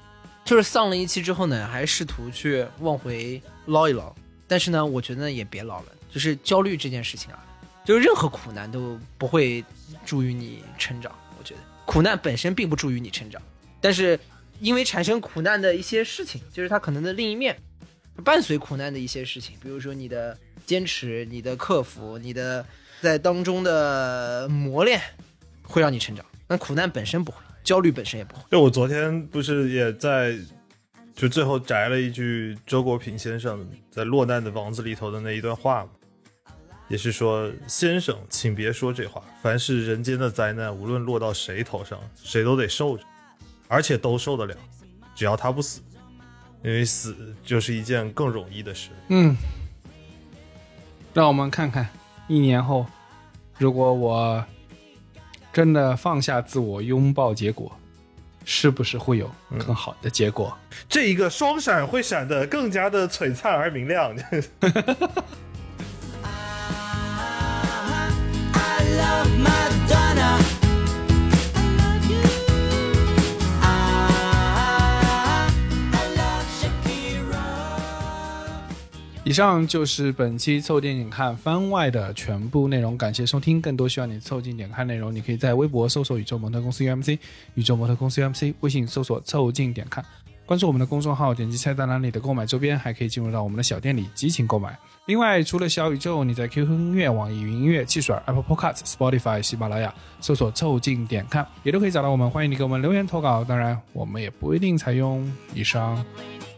C: 就是丧了一期之后呢，还试图去往回捞一捞，但是呢，我觉得也别捞了，就是焦虑这件事情啊，就是任何苦难都不会助于你成长，我觉得苦难本身并不助于你成长，但是因为产生苦难的一些事情，就是它可能的另一面，伴随苦难的一些事情，比如说你的坚持、你的克服、你的在当中的磨练，会让你成长。但苦难本身不会，焦虑本身也不会。
D: 对，我昨天不是也在，就最后摘了一句周国平先生在《落难的王子》里头的那一段话嘛，也是说：“先生，请别说这话。凡是人间的灾难，无论落到谁头上，谁都得受着，而且都受得了，只要他不死，因为死就是一件更容易的事。
B: 嗯，让我们看看一年后，如果我真的放下自我，拥抱结果，是不是会有更好的结果？
D: 这一个双闪会闪得更加的璀璨而明亮。
E: I love Madonna. I I love Shakira.
B: 以上就是本期凑近点看番外的全部内容，感谢收听。更多需要你凑近点看内容，你可以在微博搜索“宇宙模特公司 UMC”、“宇宙模特公司 UMC”，微信搜索“凑近点看”，关注我们的公众号，点击菜单栏里的购买周边，还可以进入到我们的小店里激情购买。另外，除了小宇宙，你在 QQ 音乐、网易云音乐、汽水、Apple Podcasts、Spotify、喜马拉雅搜索“凑近点看”，也都可以找到我们。欢迎你给我们留言投稿，当然我们也不一定采用。以上。
E: Lady